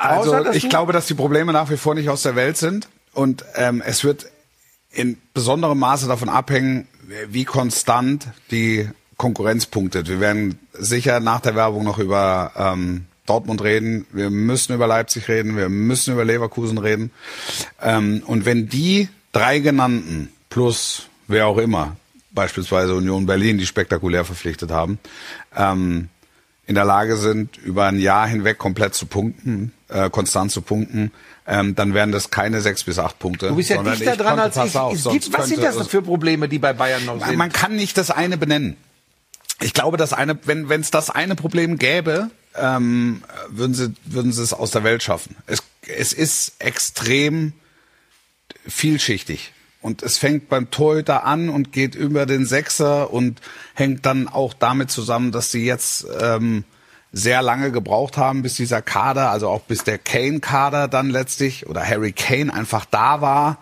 Speaker 3: Also
Speaker 2: Außer, dass
Speaker 3: ich
Speaker 2: du-
Speaker 3: glaube, dass die Probleme nach wie vor nicht aus der Welt sind und ähm, es wird in besonderem Maße davon abhängen, wie konstant die Konkurrenz punktet. Wir werden sicher nach der Werbung noch über ähm, Dortmund reden, wir müssen über Leipzig reden, wir müssen über Leverkusen reden. Ähm, und wenn die drei genannten plus wer auch immer, beispielsweise Union Berlin, die spektakulär verpflichtet haben, ähm, in der Lage sind, über ein Jahr hinweg komplett zu punkten, äh, konstant zu punkten, ähm, dann wären das keine sechs bis acht Punkte.
Speaker 2: Du bist ja
Speaker 3: sondern
Speaker 2: dichter dran
Speaker 3: konnte-
Speaker 2: als
Speaker 3: pass
Speaker 2: ich.
Speaker 3: auf,
Speaker 2: Es
Speaker 3: sonst
Speaker 2: gibt, was sind
Speaker 3: könnte
Speaker 2: das
Speaker 3: es-
Speaker 2: für Probleme, die bei Bayern noch
Speaker 3: man,
Speaker 2: sind?
Speaker 3: man kann nicht das eine benennen. Ich glaube, dass eine, wenn wenn es das eine Problem gäbe, ähm, würden sie würden sie es aus der Welt schaffen. Es es ist extrem vielschichtig. Und es fängt beim Torhüter an und geht über den Sechser und hängt dann auch damit zusammen, dass sie jetzt ähm, sehr lange gebraucht haben, bis dieser Kader, also auch bis der Kane-Kader dann letztlich oder Harry Kane einfach da war.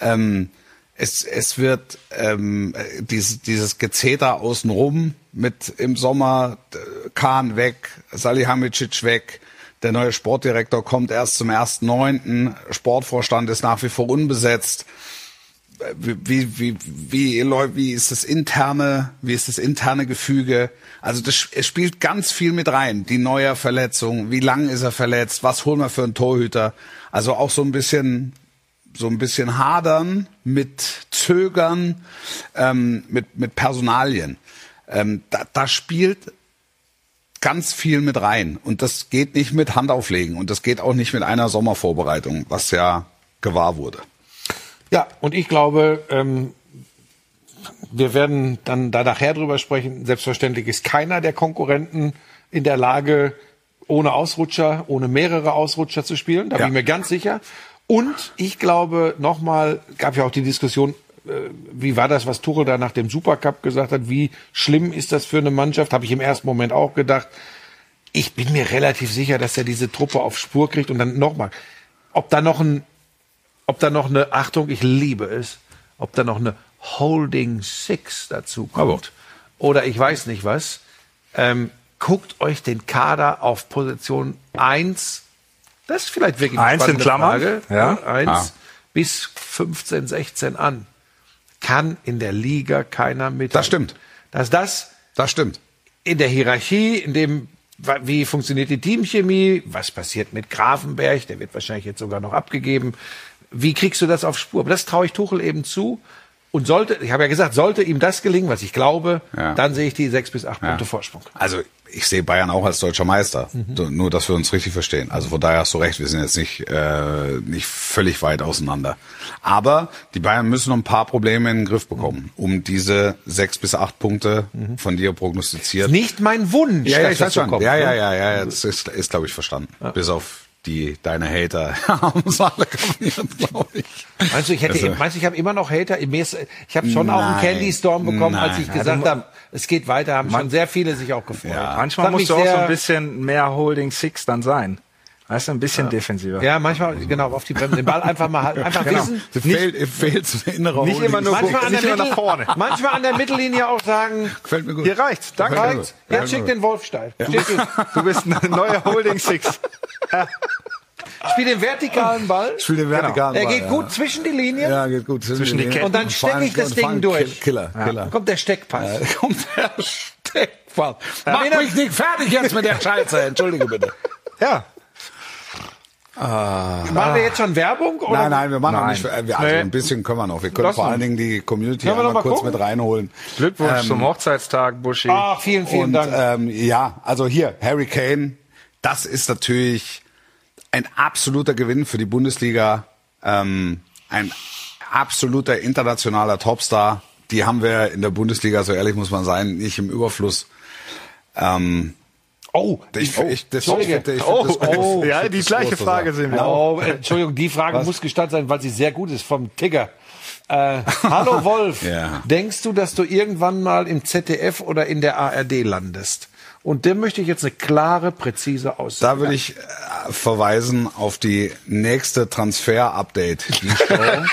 Speaker 3: Ähm, es, es wird ähm, äh, dieses, dieses Gezeter außenrum mit im Sommer äh, Kahn weg, Salihamidzic weg, der neue Sportdirektor kommt erst zum 1.9. Sportvorstand ist nach wie vor unbesetzt. Wie, wie, wie, wie, läu- wie ist das interne, wie ist das interne Gefüge? Also das, sch- es spielt ganz viel mit rein. Die neue Verletzung, wie lang ist er verletzt, was holen wir für einen Torhüter? Also auch so ein bisschen, so ein bisschen hadern mit Zögern, ähm, mit, mit Personalien. Ähm, da, da spielt ganz viel mit rein. Und das geht nicht mit Handauflegen und das geht auch nicht mit einer Sommervorbereitung, was ja gewahr wurde.
Speaker 2: Ja, und ich glaube, ähm, wir werden dann da nachher drüber sprechen. Selbstverständlich ist keiner der Konkurrenten in der Lage, ohne Ausrutscher, ohne mehrere Ausrutscher zu spielen. Da
Speaker 3: Ja.
Speaker 2: bin ich mir ganz sicher. Und ich glaube, nochmal, gab ja auch die Diskussion, äh, wie war das, was Tuchel da nach dem Supercup gesagt hat? Wie schlimm ist das für eine Mannschaft? Habe ich im ersten Moment auch gedacht. Ich bin mir relativ sicher, dass er diese Truppe auf Spur kriegt und dann nochmal. Ob da noch ein ob da noch eine, Achtung, ich liebe es, ob da noch eine Holding Six dazu kommt. Oder ich weiß nicht was. Ähm, guckt euch den Kader auf Position 1. Das ist vielleicht wirklich eine
Speaker 4: Eins in
Speaker 2: spannende
Speaker 4: Klammern,
Speaker 2: Frage.
Speaker 4: ja.
Speaker 2: 1
Speaker 3: Ah.
Speaker 2: bis 15, 16 an. Kann in der Liga keiner mit.
Speaker 3: Das stimmt.
Speaker 2: Dass das
Speaker 3: Das stimmt.
Speaker 2: in der Hierarchie, in dem, wa- wie funktioniert die Teamchemie, was passiert mit Grafenberg, der wird wahrscheinlich jetzt sogar noch abgegeben. Wie kriegst du das auf Spur? Aber das traue ich Tuchel eben zu. Und sollte, ich habe ja gesagt, sollte ihm das gelingen, was ich glaube,
Speaker 3: Ja.
Speaker 2: dann sehe ich die sechs bis acht
Speaker 3: Ja.
Speaker 2: Punkte Vorsprung.
Speaker 3: Also ich sehe Bayern auch als deutscher Meister, So, nur dass wir uns richtig verstehen. Also von daher hast du recht, wir sind jetzt nicht, äh, nicht völlig weit auseinander. Aber die Bayern müssen noch ein paar Probleme in den Griff bekommen, um diese sechs bis acht Punkte von dir prognostiziert.
Speaker 2: Nicht mein Wunsch,
Speaker 3: Ja, ja,
Speaker 2: dass
Speaker 3: ich
Speaker 2: das
Speaker 3: weiß
Speaker 2: so
Speaker 3: schon.
Speaker 2: kommt,
Speaker 3: ja,
Speaker 2: ne?
Speaker 3: ja, ja, ja, ja, das ist, ist glaube ich, verstanden. Bis auf die, deine Hater haben es alle kapiert, glaube ich.
Speaker 2: Meinst du, ich hätte,
Speaker 3: Also-
Speaker 2: meinst du, ich habe immer noch Hater? Mir ist- Ich habe schon auch einen
Speaker 3: Nein.
Speaker 2: Candy Storm bekommen, als
Speaker 3: Nein. Also
Speaker 2: ich gesagt habe, es geht weiter, haben schon sehr viele sich auch gefreut.
Speaker 3: Ja.
Speaker 4: Manchmal
Speaker 2: Das hat
Speaker 4: musst du
Speaker 2: mich
Speaker 4: auch so
Speaker 2: sehr-
Speaker 4: ein bisschen mehr Holding Six dann sein. Weißt du, ein bisschen defensiver.
Speaker 2: Ja, manchmal, genau, auf die Bremse, den Ball einfach mal, halten, einfach
Speaker 4: Genau.
Speaker 2: wissen,
Speaker 3: Nicht, fehlt, äh, fehlt so eine innere
Speaker 4: nicht
Speaker 3: Holding.
Speaker 4: immer nur
Speaker 2: manchmal,
Speaker 4: gucken,
Speaker 2: an der
Speaker 4: nicht immer
Speaker 2: Mittel,
Speaker 4: nach vorne.
Speaker 2: manchmal an der Mittellinie auch sagen,
Speaker 3: Gefällt mir gut.
Speaker 4: Hier reicht's, danke.
Speaker 3: Gefällt mir
Speaker 2: reicht's,
Speaker 3: gut.
Speaker 2: jetzt schick den Genau. Wolf steil. Steht gut.
Speaker 4: Du bist ein neuer Holding Six.
Speaker 2: Spiel den vertikalen Ball,
Speaker 3: Spiel den vertikalen
Speaker 2: der
Speaker 3: Ball,
Speaker 2: geht gut zwischen die Linien,
Speaker 3: Ja, geht gut.
Speaker 4: Zwischen die Ketten.
Speaker 2: Und dann steck ich das Ding durch.
Speaker 3: Killer, Killer.
Speaker 2: dann kommt der Steckpass.
Speaker 3: Äh, kommt der Steckfall.
Speaker 2: Wen
Speaker 3: Mach
Speaker 2: hab-
Speaker 3: mich nicht fertig jetzt mit der Scheiße. Entschuldige bitte.
Speaker 4: Ja.
Speaker 2: Machen wir jetzt schon Werbung? Oder?
Speaker 3: Nein, nein, wir machen noch
Speaker 4: Nein.
Speaker 3: nicht. äh, Wir, also
Speaker 4: Nee.
Speaker 3: ein bisschen können wir noch. Wir können
Speaker 2: Lass
Speaker 3: vor
Speaker 2: mal.
Speaker 3: allen Dingen die Community
Speaker 2: Können wir noch
Speaker 3: einmal
Speaker 2: mal
Speaker 3: kurz
Speaker 2: gucken?
Speaker 3: mit reinholen.
Speaker 4: Glückwunsch zum Hochzeitstag, Buschi.
Speaker 2: Ah, vielen, vielen
Speaker 3: und,
Speaker 2: Dank.
Speaker 3: Ähm, ja, also hier, Harry Kane, das ist natürlich ein absoluter Gewinn für die Bundesliga. Ähm, ein absoluter internationaler Topstar. die haben wir in der Bundesliga, so ehrlich muss man sein, nicht im Überfluss. Ähm,
Speaker 2: Oh,
Speaker 3: ich,
Speaker 2: oh,
Speaker 3: ich, das, ich,
Speaker 2: Entschuldige.
Speaker 3: find- ich, find
Speaker 4: Oh,
Speaker 3: das groß.
Speaker 4: oh,
Speaker 3: Ich
Speaker 4: ja,
Speaker 3: find
Speaker 4: die
Speaker 3: das
Speaker 4: gleiche
Speaker 3: groß, so
Speaker 4: Frage
Speaker 3: sagen.
Speaker 4: sehen wir.
Speaker 2: Oh, äh, Entschuldigung, die Frage muss gestattet sein, weil sie sehr gut ist, vom Tigger. Äh, Hallo Wolf,
Speaker 3: Ja.
Speaker 2: denkst du, dass du irgendwann mal im ZDF oder in der ARD landest? Und dem möchte ich jetzt eine klare, präzise Aussage.
Speaker 3: Da würde ich äh, verweisen auf die nächste Transfer-Update. die Show.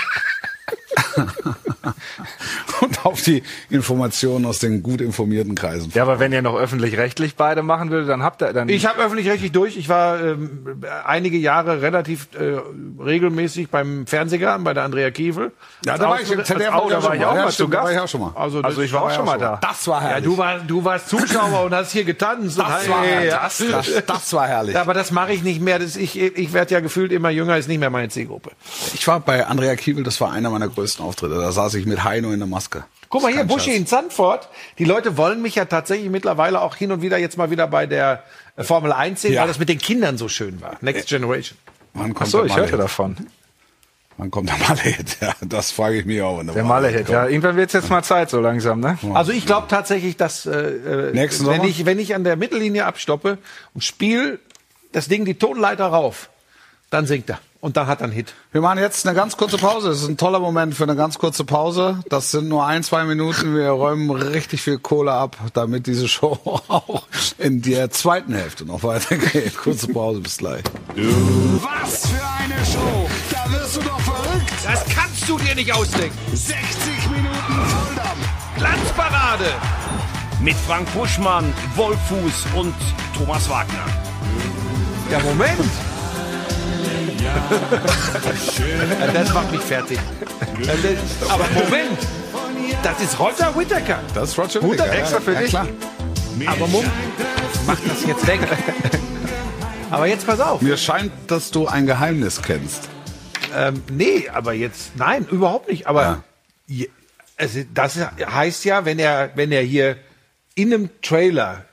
Speaker 3: Und auf die Informationen aus den gut informierten Kreisen.
Speaker 4: Ja, aber wenn ihr noch öffentlich-rechtlich beide machen würdet, dann habt ihr dann.
Speaker 2: Ich habe öffentlich-rechtlich durch. Ich war ähm, einige Jahre relativ äh, regelmäßig beim Fernsehgarten bei der Andrea Kievel.
Speaker 3: Ja, da war ich im ZDF
Speaker 4: oh, da war ich auch
Speaker 3: Ja,
Speaker 4: mal zu
Speaker 3: stimmt, da
Speaker 4: Gast.
Speaker 3: war ich auch schon mal.
Speaker 2: Also, das,
Speaker 4: also ich war auch schon mal da.
Speaker 3: Das war
Speaker 2: ja,
Speaker 3: herrlich.
Speaker 2: du, war, du warst Zuschauer und hast hier getanzt. und
Speaker 3: das, war,
Speaker 2: Hey,
Speaker 3: das, das, das war herrlich.
Speaker 2: Aber das mache ich nicht mehr. Das, ich ich werde ja gefühlt immer jünger, ist nicht mehr meine Zielgruppe.
Speaker 3: Ich war bei Andrea Kiebel, das war einer meiner größten Auftritte. Da saß ich mit Heino in der Maske.
Speaker 2: Guck mal hier,
Speaker 3: Kein
Speaker 2: Buschi
Speaker 3: Scherz.
Speaker 2: in Zandvoort. Die Leute wollen mich ja tatsächlich mittlerweile auch hin und wieder jetzt mal wieder bei der äh, Formel 1 sehen,
Speaker 3: Ja.
Speaker 2: weil das mit den Kindern so schön war. Next Generation.
Speaker 3: Wann kommt
Speaker 4: Achso,
Speaker 3: der
Speaker 4: ich
Speaker 3: Malle
Speaker 4: hörte
Speaker 3: Hit?
Speaker 4: davon.
Speaker 3: Wann kommt der Malle Hit? Ja, das frage ich mich auch. wann
Speaker 4: Der Malle-Hit,
Speaker 3: kommt.
Speaker 4: ja. Irgendwann wird's jetzt mal Zeit, so langsam, ne?
Speaker 2: Also ich glaube tatsächlich, dass äh, äh,
Speaker 3: Nächsten
Speaker 2: wenn
Speaker 3: Sommer?
Speaker 2: ich wenn ich an der Mittellinie abstoppe und spiel das Ding die Tonleiter rauf, dann singt er und dann hat er einen Hit.
Speaker 3: Wir machen jetzt eine ganz kurze Pause. Es ist ein toller Moment für eine ganz kurze Pause. Das sind nur ein, zwei Minuten. Wir räumen richtig viel Kohle ab, damit diese Show auch in der zweiten Hälfte noch weitergeht. Kurze Pause, bis gleich.
Speaker 1: Was für eine Show! Da wirst du doch verrückt!
Speaker 2: Das kannst du dir nicht ausdenken.
Speaker 1: 60 Minuten Volldampf!
Speaker 2: Glanzparade.
Speaker 5: Mit Frank Buschmann, Wolf Fuß und Thomas Wagner.
Speaker 2: Ja, Moment. Ja, das macht mich fertig. Das ist- Aber Moment, das ist Roger Whittaker.
Speaker 3: Das ist Roger
Speaker 2: Guter
Speaker 3: Whittaker,
Speaker 2: Extra für
Speaker 3: ja,
Speaker 2: dich.
Speaker 3: Klar.
Speaker 2: Aber Moment, mach das jetzt weg. Aber jetzt pass auf.
Speaker 3: Mir scheint, dass du ein Geheimnis kennst.
Speaker 2: Ähm, nee, aber jetzt, nein, überhaupt nicht. Aber
Speaker 3: Ja.
Speaker 2: je, also das heißt ja, wenn er, wenn er hier in einem Trailer,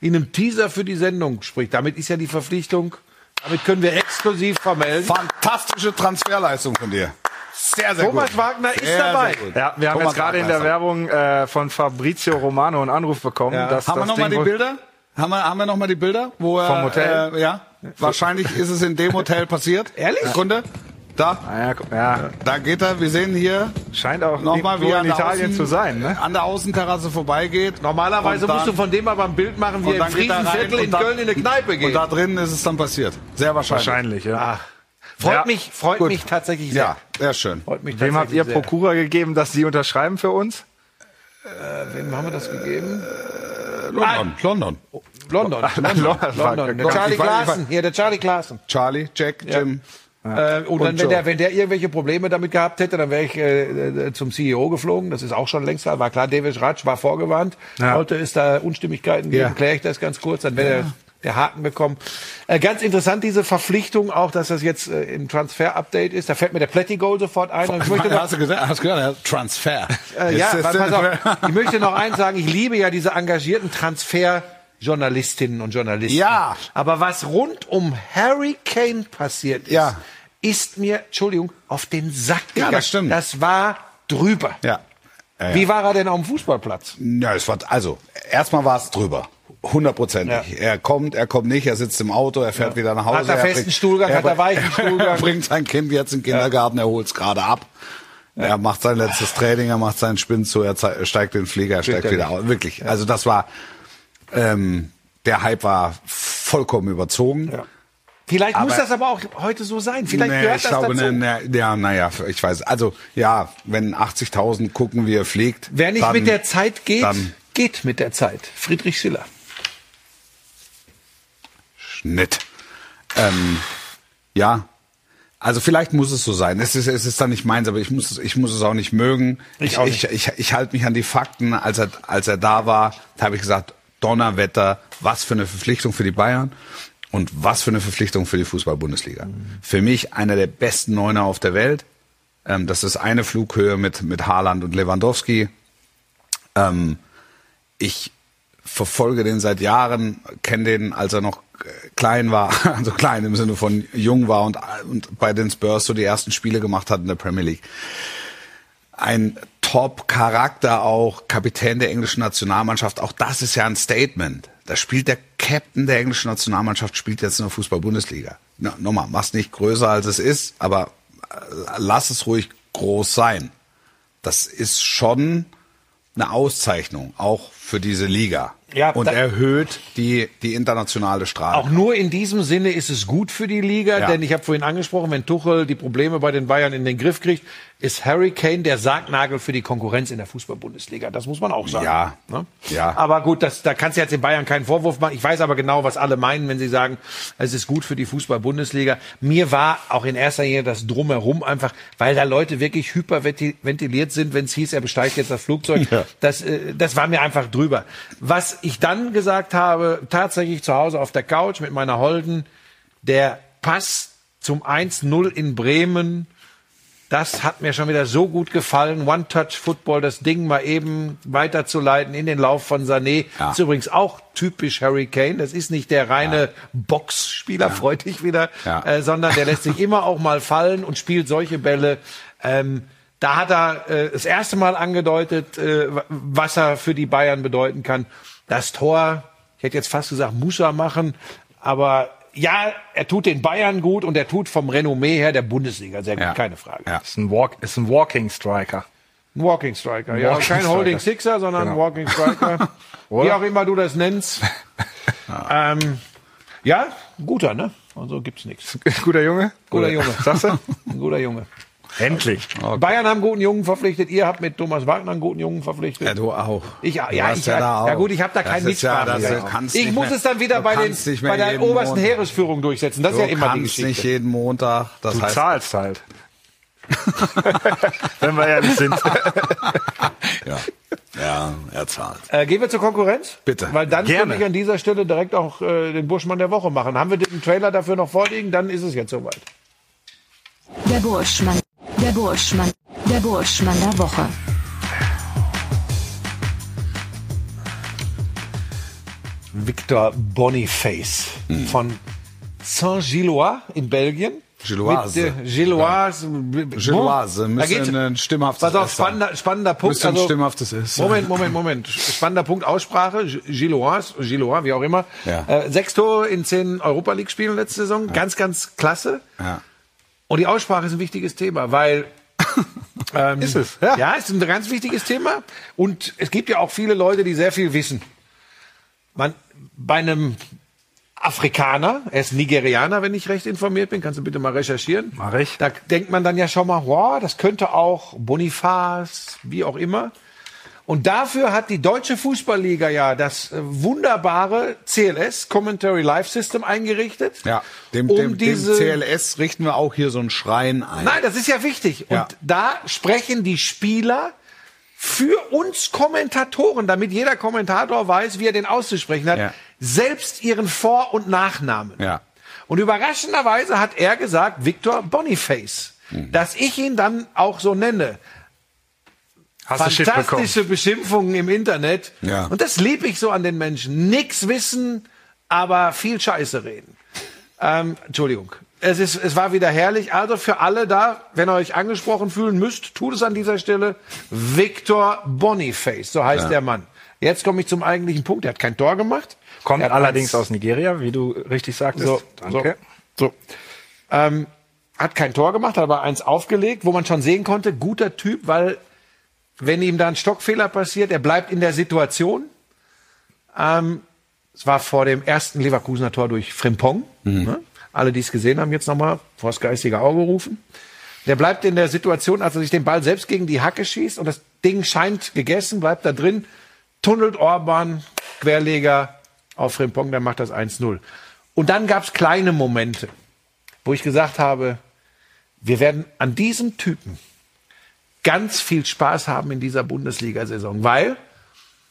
Speaker 2: in einem Teaser für die Sendung spricht, damit ist ja die Verpflichtung, damit können wir exklusiv vermelden.
Speaker 3: Fantastische Transferleistung von dir. Sehr, sehr
Speaker 2: Thomas
Speaker 3: gut.
Speaker 2: Wagner ist
Speaker 3: Sehr,
Speaker 2: dabei.
Speaker 3: sehr gut.
Speaker 4: Ja, wir haben
Speaker 3: Thomas
Speaker 4: jetzt gerade in der
Speaker 3: Wagner ist
Speaker 4: Werbung äh, von Fabrizio Romano einen Anruf bekommen.
Speaker 2: Ja.
Speaker 4: Dass
Speaker 3: Haben wir
Speaker 4: das
Speaker 3: nochmal die
Speaker 4: Ding wohl-
Speaker 3: Bilder? Haben wir, haben wir nochmal die Bilder? Wo er,
Speaker 4: Vom Hotel?
Speaker 3: Äh, ja. Wahrscheinlich ist es in dem Hotel passiert.
Speaker 2: Ehrlich?
Speaker 3: Sekunde. Da,
Speaker 4: Ah, Ja, guck- ja,
Speaker 3: da geht er. Wir sehen hier
Speaker 4: scheint auch
Speaker 3: nochmal, wie
Speaker 4: irgendwo
Speaker 3: er
Speaker 4: in
Speaker 3: an der
Speaker 4: Italien
Speaker 3: Außen-
Speaker 4: zu sein, ne?
Speaker 3: an der Außenterrasse vorbeigeht.
Speaker 2: Normalerweise
Speaker 3: Und dann-
Speaker 2: musst du von dem aber ein Bild machen, wie
Speaker 3: und
Speaker 2: er im
Speaker 3: dann geht er rein
Speaker 2: Friesenviertel
Speaker 3: und
Speaker 2: in
Speaker 3: dann-
Speaker 2: Köln in eine Kneipe
Speaker 3: Und
Speaker 2: geht.
Speaker 3: da drinnen ist es dann passiert. Sehr wahrscheinlich.
Speaker 4: Wahrscheinlich, ja.
Speaker 2: Ah, freut
Speaker 4: Ja,
Speaker 2: mich, freut
Speaker 3: gut.
Speaker 2: mich tatsächlich sehr.
Speaker 3: Ja, sehr schön.
Speaker 2: Freut mich
Speaker 4: Wem habt
Speaker 2: tatsächlich
Speaker 4: ihr
Speaker 2: sehr.
Speaker 4: Prokura gegeben, dass sie unterschreiben für uns?
Speaker 2: Wem haben wir das gegeben?
Speaker 3: London,
Speaker 2: Ah.
Speaker 3: London.
Speaker 2: London. London.
Speaker 4: London.
Speaker 2: London. Der
Speaker 4: Ich
Speaker 2: Charlie
Speaker 3: weiß- ich
Speaker 2: Klassen. Hier, der Charlie Klassen.
Speaker 3: Charlie, Jack, Jim.
Speaker 2: Äh, und dann,
Speaker 3: Und
Speaker 2: wenn,
Speaker 3: Joe.
Speaker 2: der, wenn der irgendwelche Probleme damit gehabt hätte, dann wäre ich äh, äh, zum CEO geflogen. Das ist auch schon längst klar. War klar, David Ratsch war vorgewarnt.
Speaker 4: Ja.
Speaker 2: Heute ist da Unstimmigkeiten gegeben.
Speaker 3: Ja.
Speaker 2: Kläre ich das ganz kurz, dann wäre der, der Haken bekommen. Äh, ganz interessant, diese Verpflichtung auch, dass das jetzt äh, im Transfer-Update ist. Da fällt mir der Plättigol sofort ein. Und ich möchte noch,
Speaker 3: Hast du gesagt, hast du gehört, ja, Transfer.
Speaker 2: äh, ja,
Speaker 3: Jetzt ist
Speaker 2: weil, pass auf,
Speaker 3: der-
Speaker 2: ich möchte noch eins sagen. Ich liebe ja diese engagierten Transfer-Journalistinnen und Journalisten.
Speaker 3: Ja.
Speaker 2: Aber was rund um Harry Kane passiert ist,
Speaker 3: Ja.
Speaker 2: ist mir, Entschuldigung, auf den Sack
Speaker 3: Ja,
Speaker 2: gegangen.
Speaker 3: das stimmt.
Speaker 2: Das war drüber.
Speaker 3: Ja. Ja, ja.
Speaker 2: Wie war er denn auf dem Fußballplatz?
Speaker 3: Ja, es war, also, erstmal war es drüber. Hundertprozentig.
Speaker 2: Ja.
Speaker 3: Er kommt, er kommt nicht, er sitzt im Auto, er fährt wieder nach Hause.
Speaker 2: Hat er festen
Speaker 3: bringt-
Speaker 2: Stuhlgang, hat er
Speaker 3: br-
Speaker 2: weichen Stuhlgang?
Speaker 3: Er bringt sein Kind jetzt in den Kindergarten, er holt es gerade ab. Er macht sein letztes Training, er macht seinen Spin zu, er zei- steigt in den Flieger, er steigt
Speaker 2: er
Speaker 3: wieder
Speaker 2: nicht.
Speaker 3: aus. Wirklich. Also das war, ähm, der Hype war vollkommen überzogen.
Speaker 2: Vielleicht muss
Speaker 3: Aber-
Speaker 2: das aber auch heute so sein. Vielleicht
Speaker 3: Nee,
Speaker 2: gehört
Speaker 3: ich
Speaker 2: das
Speaker 3: glaube,
Speaker 2: dazu.
Speaker 3: ne, ne, ja, naja, ich weiß. Also, ja, wenn 80.000 gucken, wie er fliegt.
Speaker 2: Wer nicht
Speaker 3: dann-
Speaker 2: mit der Zeit geht,
Speaker 3: dann-
Speaker 2: geht mit der Zeit. Friedrich Schiller.
Speaker 3: Schnitt. Ähm, ja. Also vielleicht muss es so sein. Es ist, es ist dann nicht meins, aber ich muss, es- ich muss es auch nicht mögen.
Speaker 2: Ich auch
Speaker 3: ich, ich, ich halte mich an die Fakten. Als er, als er da war, habe ich gesagt, Donnerwetter, was für eine Verpflichtung für die Bayern und was für eine Verpflichtung für die Fußball-Bundesliga. Für mich einer der besten Neuner auf der Welt. Ähm, das ist eine Flughöhe mit, mit Haaland und Lewandowski. Ähm, ich verfolge den seit Jahren, kenne den, als er noch äh, klein war, also klein im Sinne von jung war und, und bei den Spurs so die ersten Spiele gemacht hat in der Premier League. Ein Top-Charakter auch, Kapitän der englischen Nationalmannschaft, auch das ist ja ein Statement. Da spielt der Captain der englischen Nationalmannschaft, spielt jetzt in der Fußball-Bundesliga. Na, nochmal, mach's nicht größer als es ist, aber äh, lass es ruhig groß sein. Das ist schon eine Auszeichnung, auch für diese Liga.
Speaker 2: Ja,
Speaker 3: und
Speaker 2: da-
Speaker 3: erhöht die, die internationale Strahlung.
Speaker 2: Auch nur in diesem Sinne ist es gut für die Liga,
Speaker 3: Ja.
Speaker 2: denn ich habe vorhin angesprochen, wenn Tuchel die Probleme bei den Bayern in den Griff kriegt, ist Harry Kane der Sargnagel für die Konkurrenz in der Fußball-Bundesliga. Das muss man auch sagen.
Speaker 3: Ja.
Speaker 2: Ne?
Speaker 3: Ja.
Speaker 2: Aber gut, das, da kannst du jetzt den Bayern keinen Vorwurf machen. Ich weiß aber genau, was alle meinen, wenn sie sagen, es ist gut für die Fußball-Bundesliga. Mir war auch in erster Linie das Drumherum einfach, weil da Leute wirklich hyperventiliert sind, wenn es hieß, er besteigt jetzt das Flugzeug. Das, äh, das war mir einfach drüber. Was ich dann gesagt habe, tatsächlich zu Hause auf der Couch mit meiner Holden, der Pass zum 1-0 in Bremen, das hat mir schon wieder so gut gefallen. One-Touch-Football, das Ding mal eben weiterzuleiten in den Lauf von Sané.
Speaker 3: Ja.
Speaker 2: Ist übrigens auch typisch Harry Kane. Das ist nicht der reine Boxspieler, freut dich wieder,
Speaker 3: Ja.
Speaker 2: äh, sondern der lässt sich immer auch mal fallen und spielt solche Bälle. Ähm, da hat er äh, das erste Mal angedeutet, äh, wa- was er für die Bayern bedeuten kann. Das Tor, ich hätte jetzt fast gesagt, muss er machen, aber ja, er tut den Bayern gut und er tut vom Renommee her der Bundesliga sehr gut,
Speaker 3: Ja.
Speaker 2: keine Frage.
Speaker 3: Ja.
Speaker 4: Ist ein, Walk, ist ein Walking Striker.
Speaker 2: Ein Walking Striker, ja.
Speaker 4: Walking
Speaker 2: Kein
Speaker 4: Striker.
Speaker 2: Holding Sixer, sondern ein
Speaker 4: Genau.
Speaker 2: Walking Striker. Wie
Speaker 4: Oder?
Speaker 2: auch immer du das nennst. ähm, ja, ein guter, ne? Also gibt's nichts.
Speaker 4: Guter Junge.
Speaker 2: Guter Junge.
Speaker 4: Sagst du?
Speaker 2: Ein guter Junge.
Speaker 4: Endlich.
Speaker 2: Bayern haben einen guten Jungen verpflichtet. Ihr habt mit Thomas Wagner einen guten Jungen verpflichtet.
Speaker 3: Ja, du auch.
Speaker 2: Ich, ja,
Speaker 3: du
Speaker 2: ja,
Speaker 3: warst
Speaker 2: ich, ja,
Speaker 3: da
Speaker 2: ja
Speaker 3: auch.
Speaker 2: gut, ich habe da
Speaker 3: Das
Speaker 2: kein
Speaker 3: ist ja,
Speaker 2: Mitspracherecht.
Speaker 3: das kannst
Speaker 2: ich
Speaker 3: nicht
Speaker 2: muss
Speaker 3: mehr-
Speaker 2: es dann wieder
Speaker 3: du
Speaker 2: bei, den,
Speaker 3: kannst nicht mehr
Speaker 2: bei der
Speaker 3: jeden
Speaker 2: obersten
Speaker 3: Monat-
Speaker 2: Heeresführung durchsetzen. Das
Speaker 3: Du
Speaker 2: ist ja immer die
Speaker 3: kannst
Speaker 2: Geschichte.
Speaker 3: nicht jeden Montag. Das
Speaker 4: Du
Speaker 3: heißt,
Speaker 4: zahlst halt. Wenn wir ehrlich sind.
Speaker 3: Ja. ja, er zahlt.
Speaker 2: Äh, gehen wir zur Konkurrenz?
Speaker 3: Bitte.
Speaker 2: Weil dann
Speaker 4: Gerne.
Speaker 2: könnte ich an dieser Stelle direkt auch äh, den Burschmann der Woche machen. Haben wir den Trailer dafür noch vorliegen? Dann ist es jetzt soweit.
Speaker 6: Der Burschmann. Der Burschmann. Der Burschmann der Woche.
Speaker 2: Victor Boniface
Speaker 3: Hm.
Speaker 2: von Saint-Gillois in Belgien.
Speaker 3: Gilloise.
Speaker 2: Mit, äh, Gilloise.
Speaker 3: Gilloise,
Speaker 2: Da
Speaker 3: müssen
Speaker 2: geht's.
Speaker 3: ein stimmhaftes
Speaker 2: Pass auf,
Speaker 3: S sein.
Speaker 2: spannender, spannender Punkt. also
Speaker 3: Müssen ein stimmhaftes S sein.
Speaker 2: Moment, Moment, Moment. Spannender Punkt, Aussprache. G- Gilloise, Gillois, wie auch immer.
Speaker 3: Ja.
Speaker 2: Äh, sechs Tore in zehn Europa League-Spielen letzte Saison. Ganz, ganz klasse.
Speaker 3: Ja.
Speaker 2: Und die Aussprache ist ein wichtiges Thema, weil. ähm,
Speaker 4: Ist es, ja.
Speaker 2: ja, ist ein ganz wichtiges Thema. Und es gibt ja auch viele Leute, die sehr viel wissen. Man, bei einem Afrikaner, er ist Nigerianer, wenn ich recht informiert bin, kannst du bitte mal recherchieren.
Speaker 4: Mach ich.
Speaker 2: Da denkt man dann ja schon mal, wow, das könnte auch Bonifaz, wie auch immer. Und dafür hat die deutsche Fußballliga ja das äh, wunderbare CLS, Commentary Live System, eingerichtet.
Speaker 3: Ja, dem,
Speaker 2: Um
Speaker 3: dem, dem CLS richten wir auch hier so einen Schrein ein.
Speaker 2: Nein, das ist ja wichtig. Und
Speaker 3: Ja.
Speaker 2: da sprechen die Spieler für uns Kommentatoren, damit jeder Kommentator weiß, wie er den auszusprechen hat,
Speaker 3: Ja.
Speaker 2: selbst ihren Vor- und Nachnamen.
Speaker 3: Ja.
Speaker 2: Und überraschenderweise hat er gesagt, Victor Boniface,
Speaker 3: Mhm.
Speaker 2: dass ich ihn dann auch so nenne.
Speaker 4: Hast du Shit bekommen.
Speaker 2: Fantastische Beschimpfungen im Internet.
Speaker 3: Ja.
Speaker 2: Und das liebe ich so an den Menschen. Nix wissen, aber viel Scheiße reden. Ähm, Entschuldigung. Es, ist, es war wieder herrlich. Also für alle da, wenn ihr euch angesprochen fühlen müsst, tut es an dieser Stelle. Victor Boniface, so heißt der Mann. Jetzt komme ich zum eigentlichen Punkt. Er hat kein Tor gemacht.
Speaker 4: Kommt
Speaker 2: Er hat
Speaker 4: allerdings
Speaker 2: eins-
Speaker 4: aus Nigeria, wie du richtig sagtest.
Speaker 2: So, So. so. Ähm, hat kein Tor gemacht, hat aber eins aufgelegt, wo man schon sehen konnte, guter Typ, weil wenn ihm da ein Stockfehler passiert, er bleibt in der Situation. Ähm, es war vor dem ersten Leverkusener Tor durch Frimpong. Ne? Alle, die es gesehen haben, jetzt nochmal vors geistige Auge rufen. Der bleibt in der Situation, als er sich den Ball selbst gegen die Hacke schießt und das Ding scheint gegessen, bleibt da drin, tunnelt Orban, Querleger auf Frimpong, dann macht das 1-0. Und dann gab es kleine Momente, wo ich gesagt habe, wir werden an diesem Typen ganz viel Spaß haben in dieser Bundesliga-Saison, weil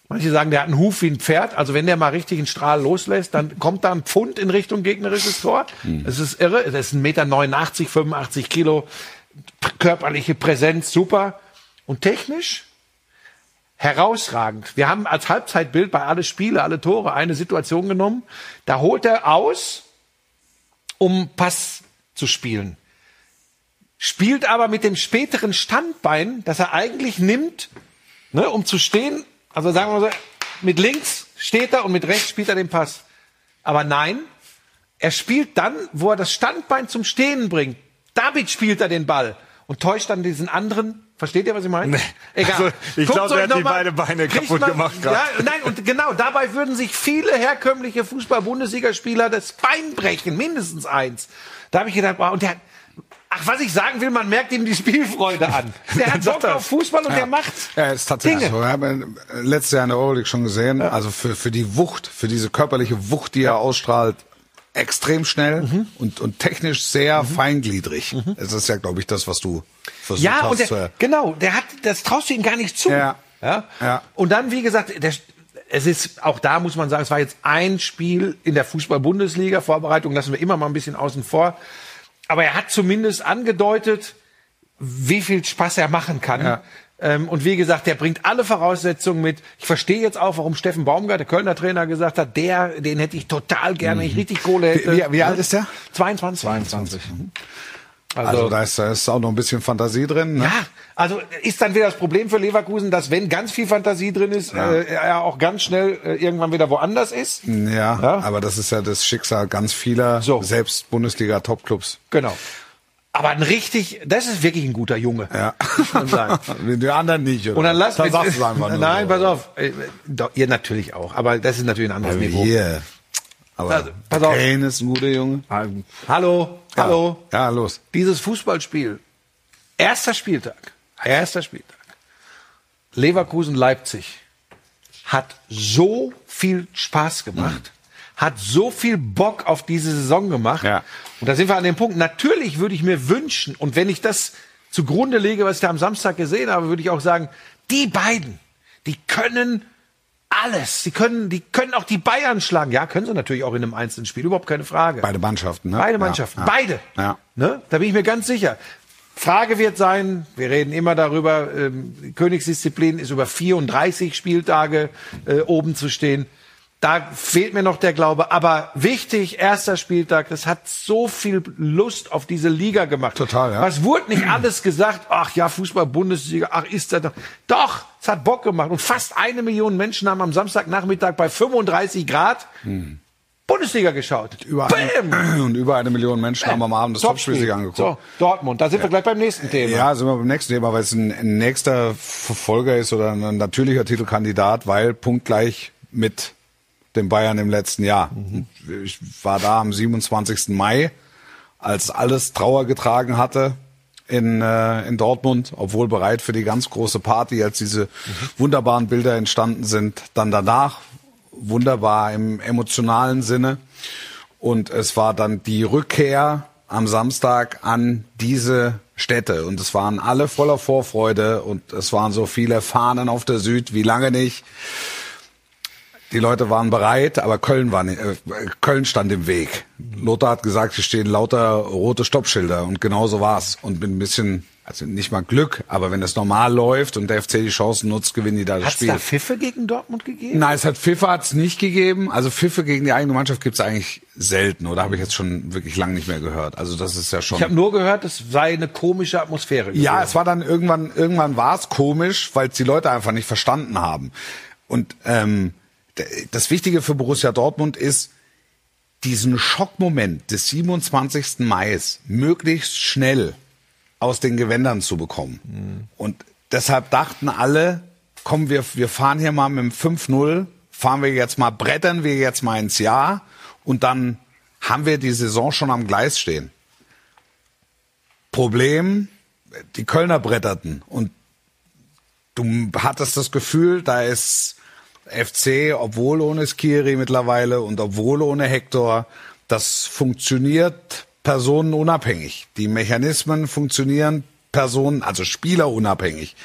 Speaker 2: manche sagen, der hat einen Huf wie ein Pferd, also wenn der mal richtig einen Strahl loslässt, dann kommt da ein Pfund in Richtung gegnerisches Tor. Es ist irre, das ist 1,89 Meter, 85 Kilo, p- körperliche Präsenz, super. Und technisch herausragend. Wir haben als Halbzeitbild bei alle Spiele, alle Tore eine Situation genommen, da holt er aus, um Pass zu spielen spielt aber mit dem späteren Standbein, das er eigentlich nimmt, ne, um zu stehen. Also sagen wir mal so, mit links steht er und mit rechts spielt er den Pass. Aber nein, er spielt dann, wo er das Standbein zum Stehen bringt. Damit spielt er den Ball und täuscht dann diesen anderen. Versteht ihr, was ich meine?
Speaker 4: Nee. Also, ich
Speaker 2: Guckt's
Speaker 4: glaub, der
Speaker 2: euch
Speaker 4: hat
Speaker 2: noch
Speaker 4: die
Speaker 2: mal-
Speaker 4: beide Beine
Speaker 2: kriegt
Speaker 4: kaputt
Speaker 2: man-
Speaker 4: gemacht grad.
Speaker 2: Ja, nein, und genau, dabei würden sich viele herkömmliche Fußball-Bundesligaspieler das Bein brechen, mindestens eins. Da habe ich gedacht, wow, und der hat, ach, was ich sagen will, man merkt ihm die Spielfreude an. Der hat Bock auf Fußball und der macht
Speaker 3: Ja, ist tatsächlich
Speaker 2: Dinge.
Speaker 3: so. Wir haben äh, letztes Jahr in der Euroleague schon gesehen. Also für, für die Wucht, für diese körperliche Wucht, die er ausstrahlt, extrem schnell
Speaker 2: Mhm.
Speaker 3: und, und technisch sehr feingliedrig. Es ist ja, glaube ich, das, was du versucht
Speaker 2: Ja,
Speaker 3: hast
Speaker 2: und
Speaker 3: zu
Speaker 2: der, genau, der hat, das traust du ihm gar nicht zu.
Speaker 3: Ja.
Speaker 2: Ja?
Speaker 3: Ja.
Speaker 2: Und dann, wie gesagt, der, es ist, auch da muss man sagen, es war jetzt ein Spiel in der Fußball-Bundesliga. Vorbereitung lassen wir immer mal ein bisschen außen vor. Aber er hat zumindest angedeutet, wie viel Spaß er machen kann.
Speaker 3: Ja.
Speaker 2: Ähm, und wie gesagt, der bringt alle Voraussetzungen mit. Ich verstehe jetzt auch, warum Steffen Baumgart, der Kölner Trainer, gesagt hat, der, den hätte ich total gerne, wenn ich richtig Kohle hätte.
Speaker 3: Mhm. Wie- wie- wie alt ist der?
Speaker 2: 22.
Speaker 3: 22.
Speaker 2: Also,
Speaker 3: Also, da, ist, da ist auch noch ein bisschen Fantasie drin. Ne?
Speaker 2: ja, also ist dann wieder das Problem für Leverkusen, dass wenn ganz viel Fantasie drin ist, äh, er auch ganz schnell äh, irgendwann wieder woanders ist.
Speaker 3: Ja,
Speaker 2: Ja.
Speaker 3: aber das ist ja das Schicksal ganz vieler,
Speaker 2: So.
Speaker 3: selbst Bundesliga-Topclubs.
Speaker 2: Genau. Aber ein richtig, das ist wirklich ein guter Junge.
Speaker 3: Ja.
Speaker 2: Muss man sagen.
Speaker 3: Die anderen nicht, oder?
Speaker 2: Und dann lass
Speaker 3: dann sagst du es einfach nur.
Speaker 2: Nein,
Speaker 3: so.
Speaker 2: pass auf. Äh, Doch, ihr natürlich auch, aber das ist natürlich ein anderes Niveau.
Speaker 3: Hier. Aber
Speaker 2: Also, pass auf.
Speaker 3: Kane ist ein guter Junge.
Speaker 2: Hallo, hallo.
Speaker 3: Ja, los.
Speaker 2: Dieses Fußballspiel. Erster Spieltag. Erster Spieltag. Leverkusen Leipzig hat so viel Spaß gemacht. Hat so viel Bock auf diese Saison gemacht.
Speaker 3: Ja.
Speaker 2: Und da sind wir an dem Punkt. Natürlich würde ich mir wünschen, und wenn ich das zugrunde lege, was ich da am Samstag gesehen habe, würde ich auch sagen, die beiden, die können alles. Die können, die können auch die Bayern schlagen. Ja, können sie natürlich auch in einem einzelnen Spiel. Überhaupt keine Frage.
Speaker 3: Beide Mannschaften, ne?
Speaker 2: Beide
Speaker 3: Ja,
Speaker 2: Mannschaften.
Speaker 3: ja.
Speaker 2: Beide.
Speaker 3: Ja.
Speaker 2: Ne? Da bin ich mir ganz sicher. Frage wird sein, wir reden immer darüber, ähm, Königsdisziplin ist über 34 Spieltage äh, oben zu stehen. Da fehlt mir noch der Glaube. Aber wichtig, erster Spieltag, das hat so viel Lust auf diese Liga gemacht.
Speaker 3: Total, ja.
Speaker 2: Was wurde nicht alles gesagt? Ach ja, Fußball, Bundesliga, ach ist das doch. Doch, es hat Bock gemacht. Und fast eine Million Menschen haben am Samstagnachmittag bei 35 Grad Bundesliga geschaut.
Speaker 3: Hm. Über eine, und über eine Million Menschen haben am Abend das Topspiel sich angeguckt.
Speaker 2: So, Dortmund, da sind wir gleich beim nächsten Thema.
Speaker 3: Ja, sind wir beim nächsten Thema, weil es ein, ein nächster Verfolger ist oder ein natürlicher Titelkandidat, weil punktgleich mit den Bayern im letzten Jahr. Ich war da am 27. Mai, als alles Trauer getragen hatte in, äh, in Dortmund, obwohl bereit für die ganz große Party, als diese wunderbaren Bilder entstanden sind. Dann danach, wunderbar im emotionalen Sinne. Und es war dann die Rückkehr am Samstag an diese Städte. Und es waren alle voller Vorfreude und es waren so viele Fahnen auf der Süd, wie lange nicht. Die Leute waren bereit, aber Köln, war nicht, äh, Köln stand im Weg. Lothar hat gesagt, hier stehen lauter rote Stoppschilder und genau so war's. Und mit ein bisschen, also nicht mal Glück, aber wenn es normal läuft und der FC die Chancen nutzt, gewinnen die da das
Speaker 2: Hat's
Speaker 3: Spiel.
Speaker 2: da Pfiffe gegen Dortmund gegeben?
Speaker 3: Nein, es hat Pfiffe hat's nicht gegeben. Also Pfiffe gegen die eigene Mannschaft gibt's eigentlich selten, oder habe ich jetzt schon wirklich lang nicht mehr gehört. Also das ist ja schon.
Speaker 2: Ich habe nur gehört, es sei eine komische Atmosphäre.
Speaker 3: ja,
Speaker 2: gewesen.
Speaker 3: es war dann irgendwann, irgendwann war's komisch, weil die Leute einfach nicht verstanden haben. Und ähm, d- das Wichtige für Borussia Dortmund ist, diesen Schockmoment des 27. Mai möglichst schnell aus den Gewändern zu bekommen. Und deshalb dachten alle, komm, wir, wir fahren hier mal mit dem 5-0, fahren wir jetzt mal, brettern wir jetzt mal ins Jahr und dann haben wir die Saison schon am Gleis stehen. Problem, die Kölner bretterten und du hattest das Gefühl, da ist FC, obwohl ohne Skiri mittlerweile und obwohl ohne Hector, das funktioniert personenunabhängig. Die Mechanismen funktionieren Personen, also spielerunabhängig,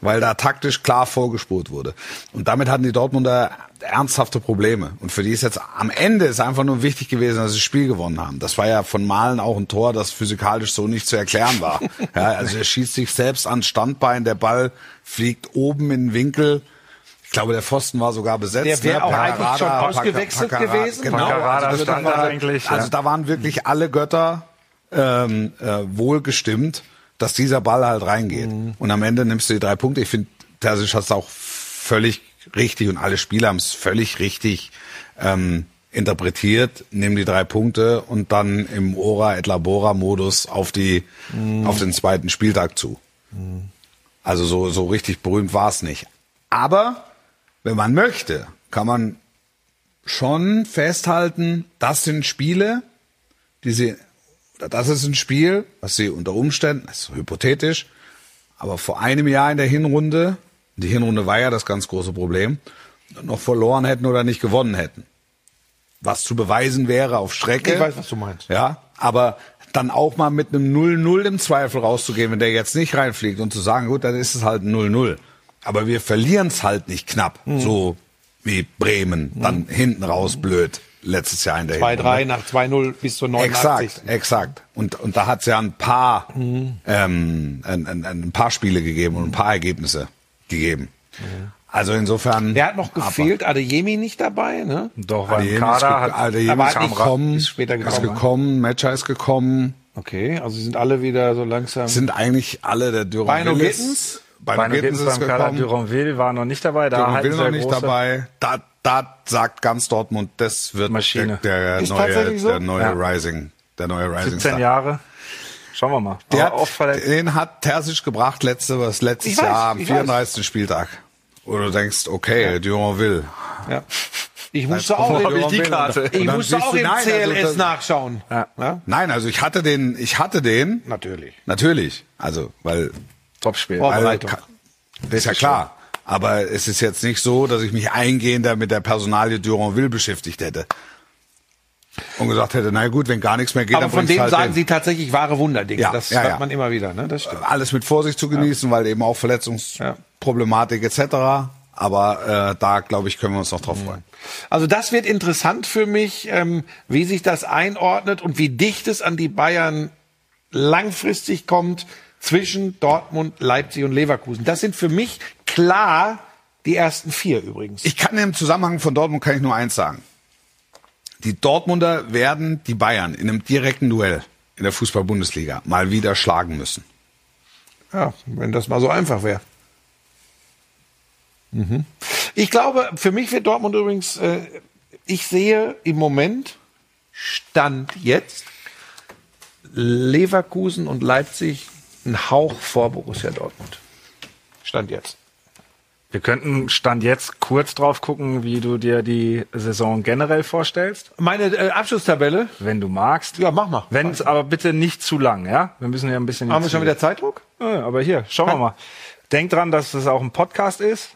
Speaker 3: weil da taktisch klar vorgespurt wurde. Und damit hatten die Dortmunder ernsthafte Probleme. Und für die ist jetzt am Ende ist einfach nur wichtig gewesen, dass sie das Spiel gewonnen haben. Das war ja von Malen auch ein Tor, das physikalisch so nicht zu erklären war. Ja, also er schießt sich selbst an Standbein, der Ball fliegt oben in den Winkel. Ich glaube, der Pfosten war sogar besetzt.
Speaker 2: Der wäre
Speaker 3: ne?
Speaker 2: auch eigentlich
Speaker 3: Parada,
Speaker 2: schon
Speaker 3: Paca-
Speaker 2: ausgewechselt
Speaker 3: Pacara-
Speaker 2: gewesen.
Speaker 3: Genau.
Speaker 4: Pacarada
Speaker 3: also, da
Speaker 4: stand
Speaker 3: war,
Speaker 4: eigentlich,
Speaker 3: also
Speaker 2: Mhm.
Speaker 4: ja.
Speaker 3: da waren wirklich alle Götter ähm, äh, wohlgestimmt. dass dieser Ball halt reingeht.
Speaker 2: Mhm.
Speaker 3: Und am Ende nimmst du die drei Punkte. Ich finde, Terzic hat es auch völlig richtig und alle Spieler haben es völlig richtig ähm, interpretiert, nehmen die drei Punkte und dann im Ora et Labora Modus auf die
Speaker 2: Mhm.
Speaker 3: auf den zweiten Spieltag zu. Also so so richtig berühmt war es nicht. Aber wenn man möchte, kann man schon festhalten, das sind Spiele, die sie, oder das ist ein Spiel, was sie unter Umständen, das ist hypothetisch, aber vor einem Jahr in der Hinrunde, die Hinrunde war ja das ganz große Problem, noch verloren hätten oder nicht gewonnen hätten. Was zu beweisen wäre auf Strecke.
Speaker 2: Ich weiß, was du meinst.
Speaker 3: Ja, aber dann auch mal mit einem 0-0 im Zweifel rauszugehen, wenn der jetzt nicht reinfliegt und zu sagen, gut, dann ist es halt ein 0-0. Aber wir verlieren es halt nicht knapp,
Speaker 2: Hm.
Speaker 3: so wie Bremen, dann hinten raus blöd, letztes Jahr in der
Speaker 2: 2-3 nach 2-0 bis zur 89.
Speaker 3: Exakt, exakt. Und, und da hat es ja ein paar,
Speaker 2: Hm.
Speaker 3: ähm, ein, ein, ein paar Spiele gegeben und ein paar Ergebnisse gegeben. Also insofern.
Speaker 2: Der hat noch gefehlt, Adeyemi nicht dabei, ne?
Speaker 4: Doch,
Speaker 3: Aber
Speaker 4: weil
Speaker 3: Adeyemi
Speaker 4: im
Speaker 3: ist,
Speaker 4: Kader
Speaker 3: ge
Speaker 4: hat
Speaker 3: Adeyemi
Speaker 2: aber
Speaker 3: ist
Speaker 2: hat nicht
Speaker 3: gekommen,
Speaker 2: ist später
Speaker 3: ist
Speaker 2: gekommen. ne?
Speaker 3: gekommen, Matcher ist gekommen,
Speaker 2: Okay, also sie sind alle wieder so langsam.
Speaker 3: sind eigentlich alle der
Speaker 2: Beino
Speaker 3: Dürren
Speaker 2: Gittens?
Speaker 3: Beino
Speaker 4: Beino
Speaker 3: Gittens
Speaker 4: Gittens
Speaker 3: ist
Speaker 4: beim Kader
Speaker 3: gekommen,
Speaker 4: Duranville war noch nicht dabei. Da
Speaker 3: Dürren
Speaker 4: halten
Speaker 3: will
Speaker 4: sie
Speaker 3: noch nicht
Speaker 4: große-
Speaker 3: dabei. Da, da sagt ganz Dortmund, das wird
Speaker 4: Maschine.
Speaker 3: der, der
Speaker 2: Ist
Speaker 3: neue,
Speaker 2: tatsächlich so?
Speaker 3: der neue
Speaker 4: Ja.
Speaker 3: Rising, der neue Rising
Speaker 4: 17
Speaker 3: Star.
Speaker 4: Jahre. Schauen wir mal.
Speaker 3: Der
Speaker 4: Aber oft
Speaker 3: hat,
Speaker 2: äh,
Speaker 4: verletzt.
Speaker 3: den hat Terzic gebracht letzte, was, letztes
Speaker 2: Ich weiß,
Speaker 3: Jahr am
Speaker 2: ich weiß.
Speaker 3: 34. Spieltag. Wo du denkst, okay, Duranville.
Speaker 2: ja. Ich musste auch,
Speaker 4: hab ich
Speaker 2: in,
Speaker 4: die Karte?
Speaker 2: ich
Speaker 3: dann
Speaker 2: musste
Speaker 3: siehst
Speaker 2: auch
Speaker 3: du,
Speaker 2: im
Speaker 3: nein, also
Speaker 2: CLS
Speaker 3: das-
Speaker 2: nachschauen. Ja?
Speaker 3: Nein, also ich hatte den, ich hatte den,
Speaker 2: Natürlich.
Speaker 3: natürlich. Also, weil,
Speaker 4: Topspiel.
Speaker 2: Oh.
Speaker 3: weil
Speaker 2: Vorbereitung.
Speaker 3: Also ka- ist ja klar. Aber es ist jetzt nicht so, dass ich mich eingehender mit der Personalie Duranville beschäftigt hätte. Und gesagt hätte, na gut, wenn gar nichts mehr geht,
Speaker 2: Aber
Speaker 3: dann
Speaker 2: von
Speaker 3: bringst du
Speaker 2: dem
Speaker 3: halt
Speaker 2: sagen
Speaker 3: den.
Speaker 2: sie tatsächlich wahre Wunderdinge.
Speaker 3: Ja,
Speaker 2: das
Speaker 3: ja,
Speaker 2: sagt
Speaker 3: ja.
Speaker 2: man immer wieder, ne? Das stimmt.
Speaker 3: alles mit Vorsicht zu genießen, weil eben auch Verletzungsproblematik etc. Aber äh, da, glaube ich, können wir uns noch drauf freuen.
Speaker 2: Also das wird interessant für mich, ähm, wie sich das einordnet und wie dicht es an die Bayern langfristig kommt zwischen Dortmund, Leipzig und Leverkusen. Das sind für mich klar die ersten vier übrigens.
Speaker 3: Ich kann im Zusammenhang von Dortmund kann ich nur eins sagen. Die Dortmunder werden die Bayern in einem direkten Duell in der Fußball-Bundesliga mal wieder schlagen müssen.
Speaker 2: Ja, wenn das mal so einfach wäre. Ich glaube, für mich wird Dortmund übrigens, äh, ich sehe im Moment, Stand jetzt, Leverkusen und Leipzig ein Hauch vor Borussia Dortmund. Stand jetzt.
Speaker 4: Wir könnten Stand jetzt kurz drauf gucken, wie du dir die Saison generell vorstellst,
Speaker 2: Meine äh, Abschlusstabelle,
Speaker 4: wenn du magst.
Speaker 2: Ja, mach mal.
Speaker 4: Wenn es aber bitte nicht zu lang, ja? Wir müssen ja ein bisschen.
Speaker 2: haben wir schon wieder Zeitdruck?
Speaker 4: Ja, aber hier, schauen wir mal. Denk dran, dass das auch ein Podcast ist.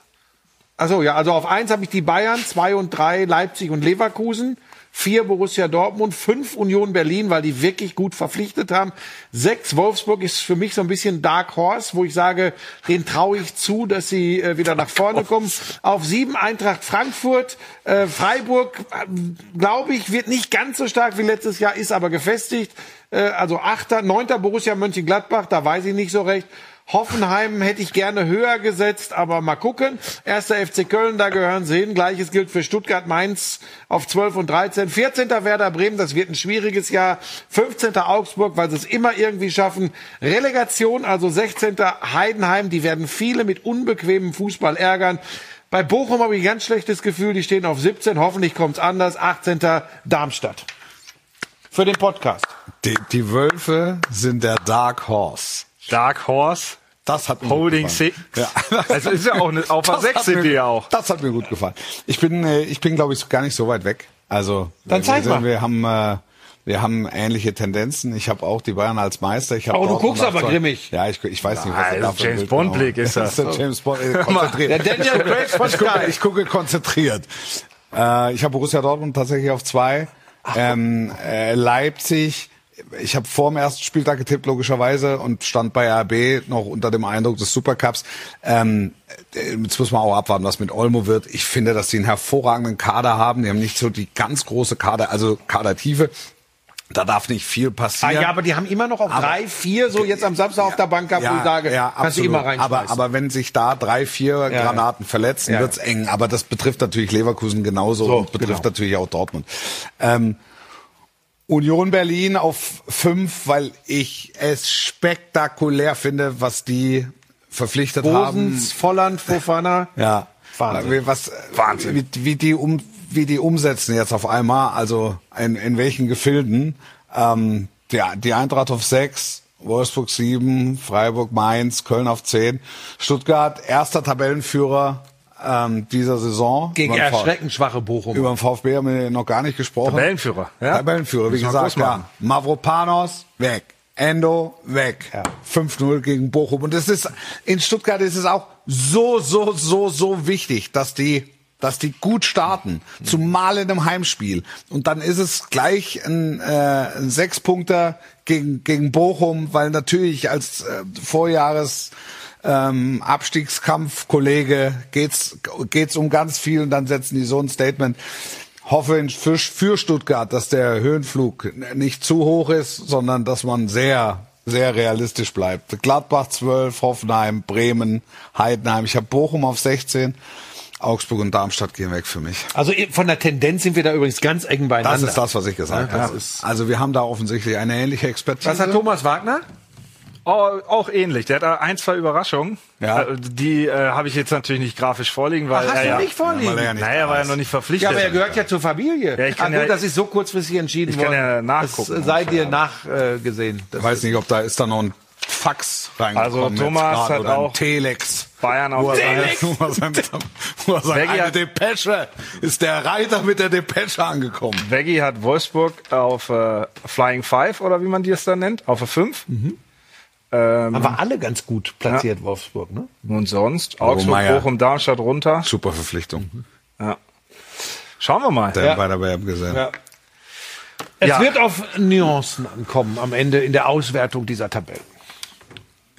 Speaker 2: Achso, ja, also auf eins habe ich die Bayern, zwei und drei Leipzig und Leverkusen, vier Borussia Dortmund, fünf Union Berlin, weil die wirklich gut verpflichtet haben. Sechs Wolfsburg ist für mich so ein bisschen Dark Horse, wo ich sage, den traue ich zu, dass sie äh, wieder nach vorne kommen. Auf sieben Eintracht Frankfurt, äh, Freiburg, äh, glaube ich, wird nicht ganz so stark wie letztes Jahr, ist aber gefestigt. Äh, also achter, neunter Borussia Mönchengladbach, da weiß ich nicht so recht. Hoffenheim hätte ich gerne höher gesetzt, aber mal gucken. Erster FC Köln, da gehören sie hin. Gleiches gilt für Stuttgart, Mainz auf 12 und 13. 14. Werder Bremen, das wird ein schwieriges Jahr. 15. Augsburg, weil sie es immer irgendwie schaffen. Relegation, also 16. Heidenheim, die werden viele mit unbequemem Fußball ärgern. Bei Bochum habe ich ein ganz schlechtes Gefühl, die stehen auf 17. Hoffentlich kommt's anders. 18. Darmstadt. Für den Podcast.
Speaker 3: Die, die Wölfe sind der Dark Horse.
Speaker 4: Dark Horse.
Speaker 3: Das hat mir
Speaker 4: Holding
Speaker 3: gut gefallen.
Speaker 4: Six. Also ist ja auch eine- auf der
Speaker 3: Das
Speaker 4: Sechs
Speaker 3: hat
Speaker 4: sind
Speaker 3: mir-
Speaker 4: die ja auch.
Speaker 3: Das hat mir gut gefallen. Ich bin, äh, ich bin, glaube ich, gar nicht so weit weg. Also
Speaker 2: Dann
Speaker 3: wir,
Speaker 2: zeig
Speaker 3: wir,
Speaker 2: mal.
Speaker 3: wir haben, äh, wir haben ähnliche Tendenzen. Ich habe auch die Bayern als Meister. Ich hab
Speaker 2: Oh, du
Speaker 3: Dortmund
Speaker 2: guckst
Speaker 3: als
Speaker 2: aber
Speaker 3: Zwe-
Speaker 2: grimmig.
Speaker 3: Ja, ich, ich weiß
Speaker 2: Also,
Speaker 3: nicht, was
Speaker 4: Ah,
Speaker 3: er
Speaker 4: das
Speaker 3: da
Speaker 4: ist
Speaker 3: für ein
Speaker 4: James
Speaker 3: Bild
Speaker 4: Bond
Speaker 3: genau.
Speaker 4: Blick ist das.
Speaker 3: ist der James Bond. äh,
Speaker 2: Der
Speaker 3: Konzentriert.
Speaker 2: Daniel Craig von
Speaker 3: Ich gucke,
Speaker 2: Sky.
Speaker 3: ich gucke konzentriert. Äh, ich habe Borussia Dortmund tatsächlich auf zwei. Ähm, äh, Leipzig. Ich habe vor dem ersten Spieltag getippt, logischerweise, und stand bei RB noch unter dem Eindruck des Supercups. Ähm, äh, jetzt muss man auch abwarten, was mit Olmo wird. Ich finde, dass sie einen hervorragenden Kader haben. Die haben nicht so die ganz große Kader, also Kadertiefe. Da darf nicht viel
Speaker 2: Ah,
Speaker 3: passieren.
Speaker 2: ja, aber die haben immer noch auf
Speaker 3: Aber-
Speaker 2: drei, vier, so jetzt am Samstag auf der Bank gehabt, wo ich sage, kannst du
Speaker 3: absolut.
Speaker 2: immer reinschmeißen.
Speaker 3: aber, aber wenn sich da drei, vier
Speaker 2: ja.
Speaker 3: Granaten verletzen,
Speaker 2: Ja,
Speaker 3: wird's eng. Aber das betrifft natürlich Leverkusen genauso und betrifft
Speaker 2: genau.
Speaker 3: natürlich auch Dortmund. Ähm, Union Berlin auf fünf, weil ich es spektakulär finde, was die verpflichtet haben.
Speaker 2: Rosens, Volland, Fofana.
Speaker 3: Ja.
Speaker 2: Wahnsinn.
Speaker 3: Wie- Was, Wahnsinn. Wie, wie, die um, wie die umsetzen jetzt auf einmal, also in, in welchen Gefilden. Ähm, die, die Eintracht auf 6, Wolfsburg 7, Freiburg Mainz, Köln auf 10, Stuttgart erster Tabellenführer ähm, dieser Saison.
Speaker 2: Gegen
Speaker 3: Über den V-
Speaker 2: erschreckend schwache Bochum.
Speaker 3: Über den VfB haben wir noch gar nicht gesprochen.
Speaker 4: Tabellenführer, ja.
Speaker 3: Tabellenführer, wie
Speaker 4: Müssen wir
Speaker 3: gesagt,
Speaker 4: groß machen.
Speaker 3: ja. Mavropanos weg. Endo weg. 5-0 gegen Bochum. Und es ist, in Stuttgart ist es auch so, so, so, so wichtig, dass die, dass die gut starten. Zumal in einem Heimspiel. Und dann ist es gleich ein, äh, ein Sechspunkter gegen, gegen Bochum, weil natürlich als äh, Vorjahres, ähm, Abstiegskampf, Kollege, geht's, geht's um ganz viel und dann setzen die so ein Statement. Hoffe in- für, für Stuttgart, dass der Höhenflug nicht zu hoch ist, sondern dass man sehr, sehr realistisch bleibt. Gladbach 12, Hoffenheim, Bremen, Heidenheim. Ich habe Bochum auf 16. Augsburg und Darmstadt gehen weg für mich.
Speaker 2: Also von der Tendenz sind wir da übrigens ganz eng beieinander.
Speaker 3: Das ist das, was ich gesagt habe. Also wir haben da offensichtlich eine ähnliche Expertise.
Speaker 2: Was hat Thomas Wagner?
Speaker 4: Oh, auch ähnlich. Der hat da ein, zwei Überraschungen.
Speaker 3: Ja.
Speaker 4: Äh, Die äh, habe ich jetzt natürlich nicht grafisch vorliegen, weil
Speaker 2: Hast
Speaker 4: er
Speaker 2: du
Speaker 4: ja,
Speaker 2: nicht vorliegen?
Speaker 3: weil er ja nicht
Speaker 4: naja,
Speaker 3: da
Speaker 4: war ja
Speaker 3: ist.
Speaker 4: noch nicht
Speaker 2: Ja,
Speaker 4: verpflichtet.
Speaker 2: aber er gehört ja zur Familie.
Speaker 4: Ja, ich kann
Speaker 2: ah, gut,
Speaker 4: ja-
Speaker 2: das ist so kurzfristig entschieden
Speaker 4: Ich
Speaker 2: worden.
Speaker 4: kann ja nachgucken.
Speaker 2: Das sei dir nachgesehen.
Speaker 3: Ich weiß nicht, ob da ist da noch ein Fax reingekommen.
Speaker 4: Also Thomas
Speaker 3: jetzt grad
Speaker 4: hat
Speaker 3: oder ein
Speaker 4: auch
Speaker 3: Telex.
Speaker 4: Bayern auf
Speaker 3: Wo er
Speaker 4: Telex.
Speaker 3: sagt, wo er sagt, wo er sagt,
Speaker 4: Veggie
Speaker 3: eine
Speaker 4: hat-
Speaker 3: Depesche. Ist der Reiter mit der Depesche angekommen.
Speaker 4: Veggie hat Wolfsburg auf äh, Flying Five oder wie man die es dann nennt, auf 5.
Speaker 3: Mhm.
Speaker 4: Ähm,
Speaker 2: Aber alle ganz gut platziert, Wolfsburg. Ne?
Speaker 4: und sonst Augsburg,
Speaker 3: Meier.
Speaker 4: Bochum, Darmstadt runter.
Speaker 3: Super Verpflichtung.
Speaker 4: Ja. Schauen wir mal.
Speaker 3: Der
Speaker 2: Ja.
Speaker 3: bei der WM gesehen.
Speaker 2: Es
Speaker 4: Ja.
Speaker 2: wird auf Nuancen ankommen am Ende in der Auswertung dieser Tabellen.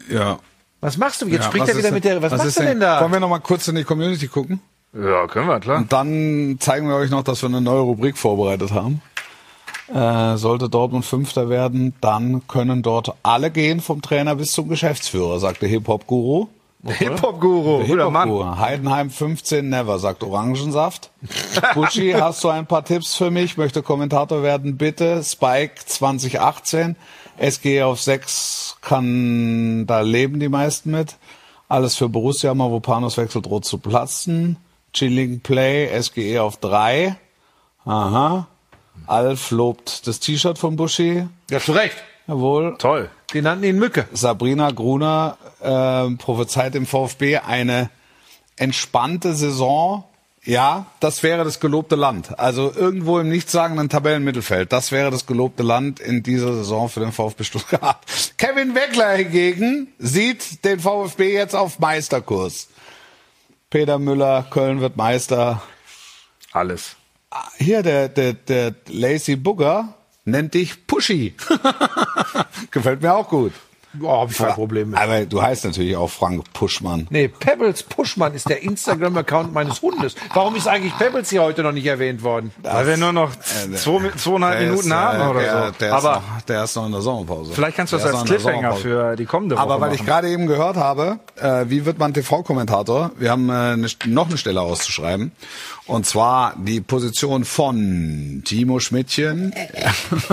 Speaker 3: Ja.
Speaker 2: Was machst du? Jetzt
Speaker 3: Ja,
Speaker 2: spricht
Speaker 3: was
Speaker 2: er wieder
Speaker 3: ist
Speaker 2: mit der. Was, machst
Speaker 3: ist
Speaker 2: du denn, da?
Speaker 3: Wollen wir noch mal kurz in die Community gucken?
Speaker 4: Ja, können wir, klar.
Speaker 3: Und dann zeigen wir euch noch, dass wir eine neue Rubrik vorbereitet haben. Äh, sollte Dortmund Fünfter werden, dann können dort alle gehen, vom Trainer bis zum Geschäftsführer, sagt der Hip-Hop-Guru.
Speaker 4: Hip-Hop-Guru, guter Mann.
Speaker 3: Hip-Hop-Uhr. Heidenheim 15, never, sagt Orangensaft. Gucci, hast du ein paar Tipps für mich? Möchte Kommentator werden, bitte. Spike 2018. SG auf 6 kann, da leben die meisten mit. Alles für Borussia, Mavropanos Wechsel droht zu platzen. Chilling Play, SGE auf 3. Aha. Alf lobt das T-Shirt von Buschi.
Speaker 2: Ja, zu Recht.
Speaker 3: Jawohl.
Speaker 4: Toll.
Speaker 2: Die nannten ihn Mücke.
Speaker 3: Sabrina Gruner ähm, prophezeit im VfB eine entspannte Saison. Ja, das wäre das gelobte Land. Also irgendwo im nichtssagenden Tabellenmittelfeld. Das wäre das gelobte Land in dieser Saison für den VfB Stuttgart. Kevin Weckler hingegen sieht den VfB jetzt auf Meisterkurs. Peter Müller, Köln wird Meister.
Speaker 4: Alles.
Speaker 3: Hier, der, der, der Lacey Booger nennt dich Pushy. Gefällt mir auch gut.
Speaker 2: Ja, hab ich kein
Speaker 3: Fra-
Speaker 2: Problem mit.
Speaker 3: Aber du heißt natürlich auch Frank Puschmann.
Speaker 2: Nee, Pebbles Pushmann ist der Instagram-Account meines Hundes. Warum ist eigentlich Pebbles hier heute noch nicht erwähnt worden?
Speaker 4: Weil wir nur noch zwei, Äh, zweieinhalb
Speaker 3: äh, Der
Speaker 4: Minuten
Speaker 3: ist, äh,
Speaker 4: haben oder
Speaker 3: der,
Speaker 4: so.
Speaker 3: Der
Speaker 4: Aber
Speaker 3: ist noch, der ist noch in der Sommerpause.
Speaker 4: Vielleicht kannst du
Speaker 3: Der
Speaker 4: das
Speaker 3: ist
Speaker 4: als
Speaker 3: noch in der
Speaker 4: Cliffhanger
Speaker 3: Sommerpause.
Speaker 4: für die kommende Woche
Speaker 3: Aber weil ich
Speaker 4: machen.
Speaker 3: gerade eben gehört habe, äh, wie wird man TV-Kommentator? Wir haben äh, eine, noch eine Stelle auszuschreiben. Und zwar die Position von Timo Schmidtchen.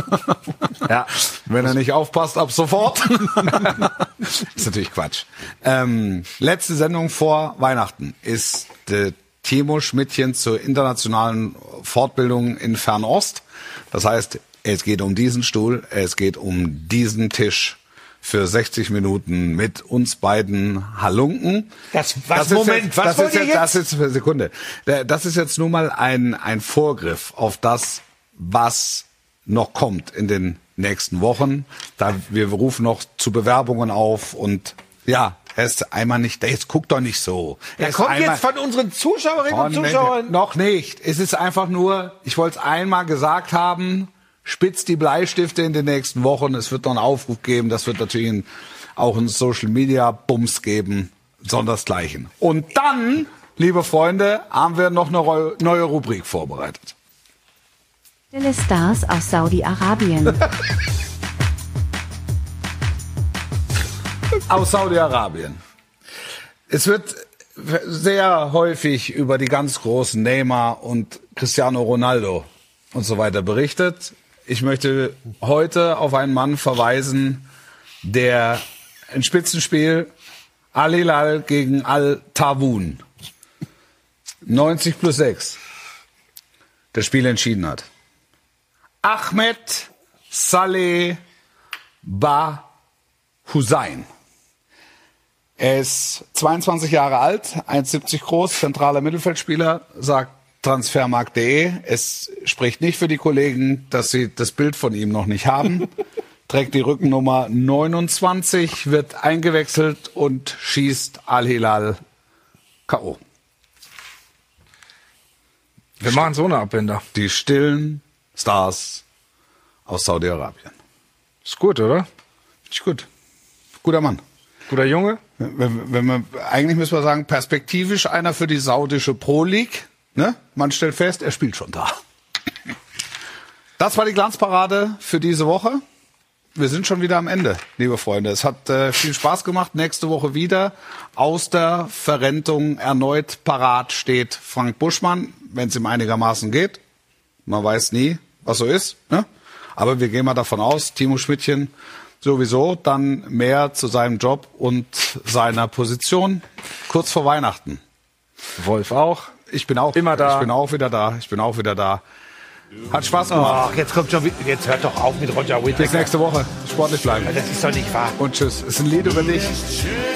Speaker 4: Ja.
Speaker 3: Wenn er nicht aufpasst, ab sofort. ist natürlich Quatsch. Ähm, letzte Sendung vor Weihnachten ist äh, Timo Schmidtchen zur internationalen Fortbildung in Fernost. Das heißt, es geht um diesen Stuhl, es geht um diesen Tisch für 60 Minuten mit uns beiden Halunken.
Speaker 2: Das- was-
Speaker 3: ist
Speaker 2: Moment,
Speaker 3: jetzt,
Speaker 2: was
Speaker 3: das
Speaker 2: wollt
Speaker 3: ist
Speaker 2: ihr
Speaker 3: jetzt? Das ist Sekunde. Äh, Das ist jetzt nun mal ein, ein Vorgriff auf das, was noch kommt in den nächsten Wochen. Da wir rufen noch zu Bewerbungen auf und ja, er ist einmal nicht, jetzt guck doch nicht so. Er
Speaker 2: Er
Speaker 3: ist
Speaker 2: kommt
Speaker 3: einmal-
Speaker 2: jetzt von unseren Zuschauerinnen und
Speaker 3: Oh, nee,
Speaker 2: Zuschauern.
Speaker 3: Noch nicht. Es ist einfach nur, ich wollte es einmal gesagt haben, spitzt die Bleistifte in den nächsten Wochen. Es wird noch einen Aufruf geben. Das wird natürlich ein, auch einen Social Media Bums geben. Sondersgleichen. Und dann, liebe Freunde, haben wir noch eine reu- neue Rubrik vorbereitet.
Speaker 6: Stille Stars aus Saudi-Arabien.
Speaker 3: aus Saudi-Arabien. Es wird sehr häufig über die ganz großen Neymar und Cristiano Ronaldo und so weiter berichtet. Ich möchte heute auf einen Mann verweisen, der ein Spitzenspiel Al Hilal gegen Al Tabun 90 plus 6 das Spiel entschieden hat. Ahmed Saleh Ba Hussein. Er ist 22 Jahre alt, 1,70 groß, zentraler Mittelfeldspieler, sagt transfermarkt.de. Es spricht nicht für die Kollegen, dass sie das Bild von ihm noch nicht haben. Trägt die Rückennummer 29, wird eingewechselt und schießt Al-Hilal K.O.
Speaker 7: Wir machen so eine Abwender.
Speaker 3: Die stillen Stars aus Saudi-Arabien.
Speaker 7: Ist gut, oder?
Speaker 3: Finde ich gut. Guter Mann.
Speaker 7: Guter Junge.
Speaker 3: Wenn, wenn man, eigentlich müssen wir sagen, perspektivisch einer für die saudische Pro League. Ne? Man stellt fest, er spielt schon da. Das war die Glanzparade für diese Woche. Wir sind schon wieder am Ende, liebe Freunde. Es hat äh, viel Spaß gemacht. Nächste Woche wieder. Aus der Verrentung erneut parat steht Frank Buschmann, wenn es ihm einigermaßen geht. Man weiß nie, was so ist. Ne? Aber wir gehen mal davon aus, Timo Schmidtchen sowieso dann mehr zu seinem Job und seiner Position kurz vor Weihnachten.
Speaker 7: Wolf auch.
Speaker 3: Ich bin auch
Speaker 7: Immer da.
Speaker 3: Ich bin auch wieder da. Ich bin auch wieder da. Hat Spaß gemacht.
Speaker 7: Ah.
Speaker 2: Ach, jetzt kommt schon wieder, jetzt hört doch auf mit Roger
Speaker 3: Bis
Speaker 2: Whittaker.
Speaker 3: nächste Woche. Sportlich bleiben.
Speaker 2: Das ist doch nicht wahr.
Speaker 3: Und tschüss. Ist ein Lied über dich.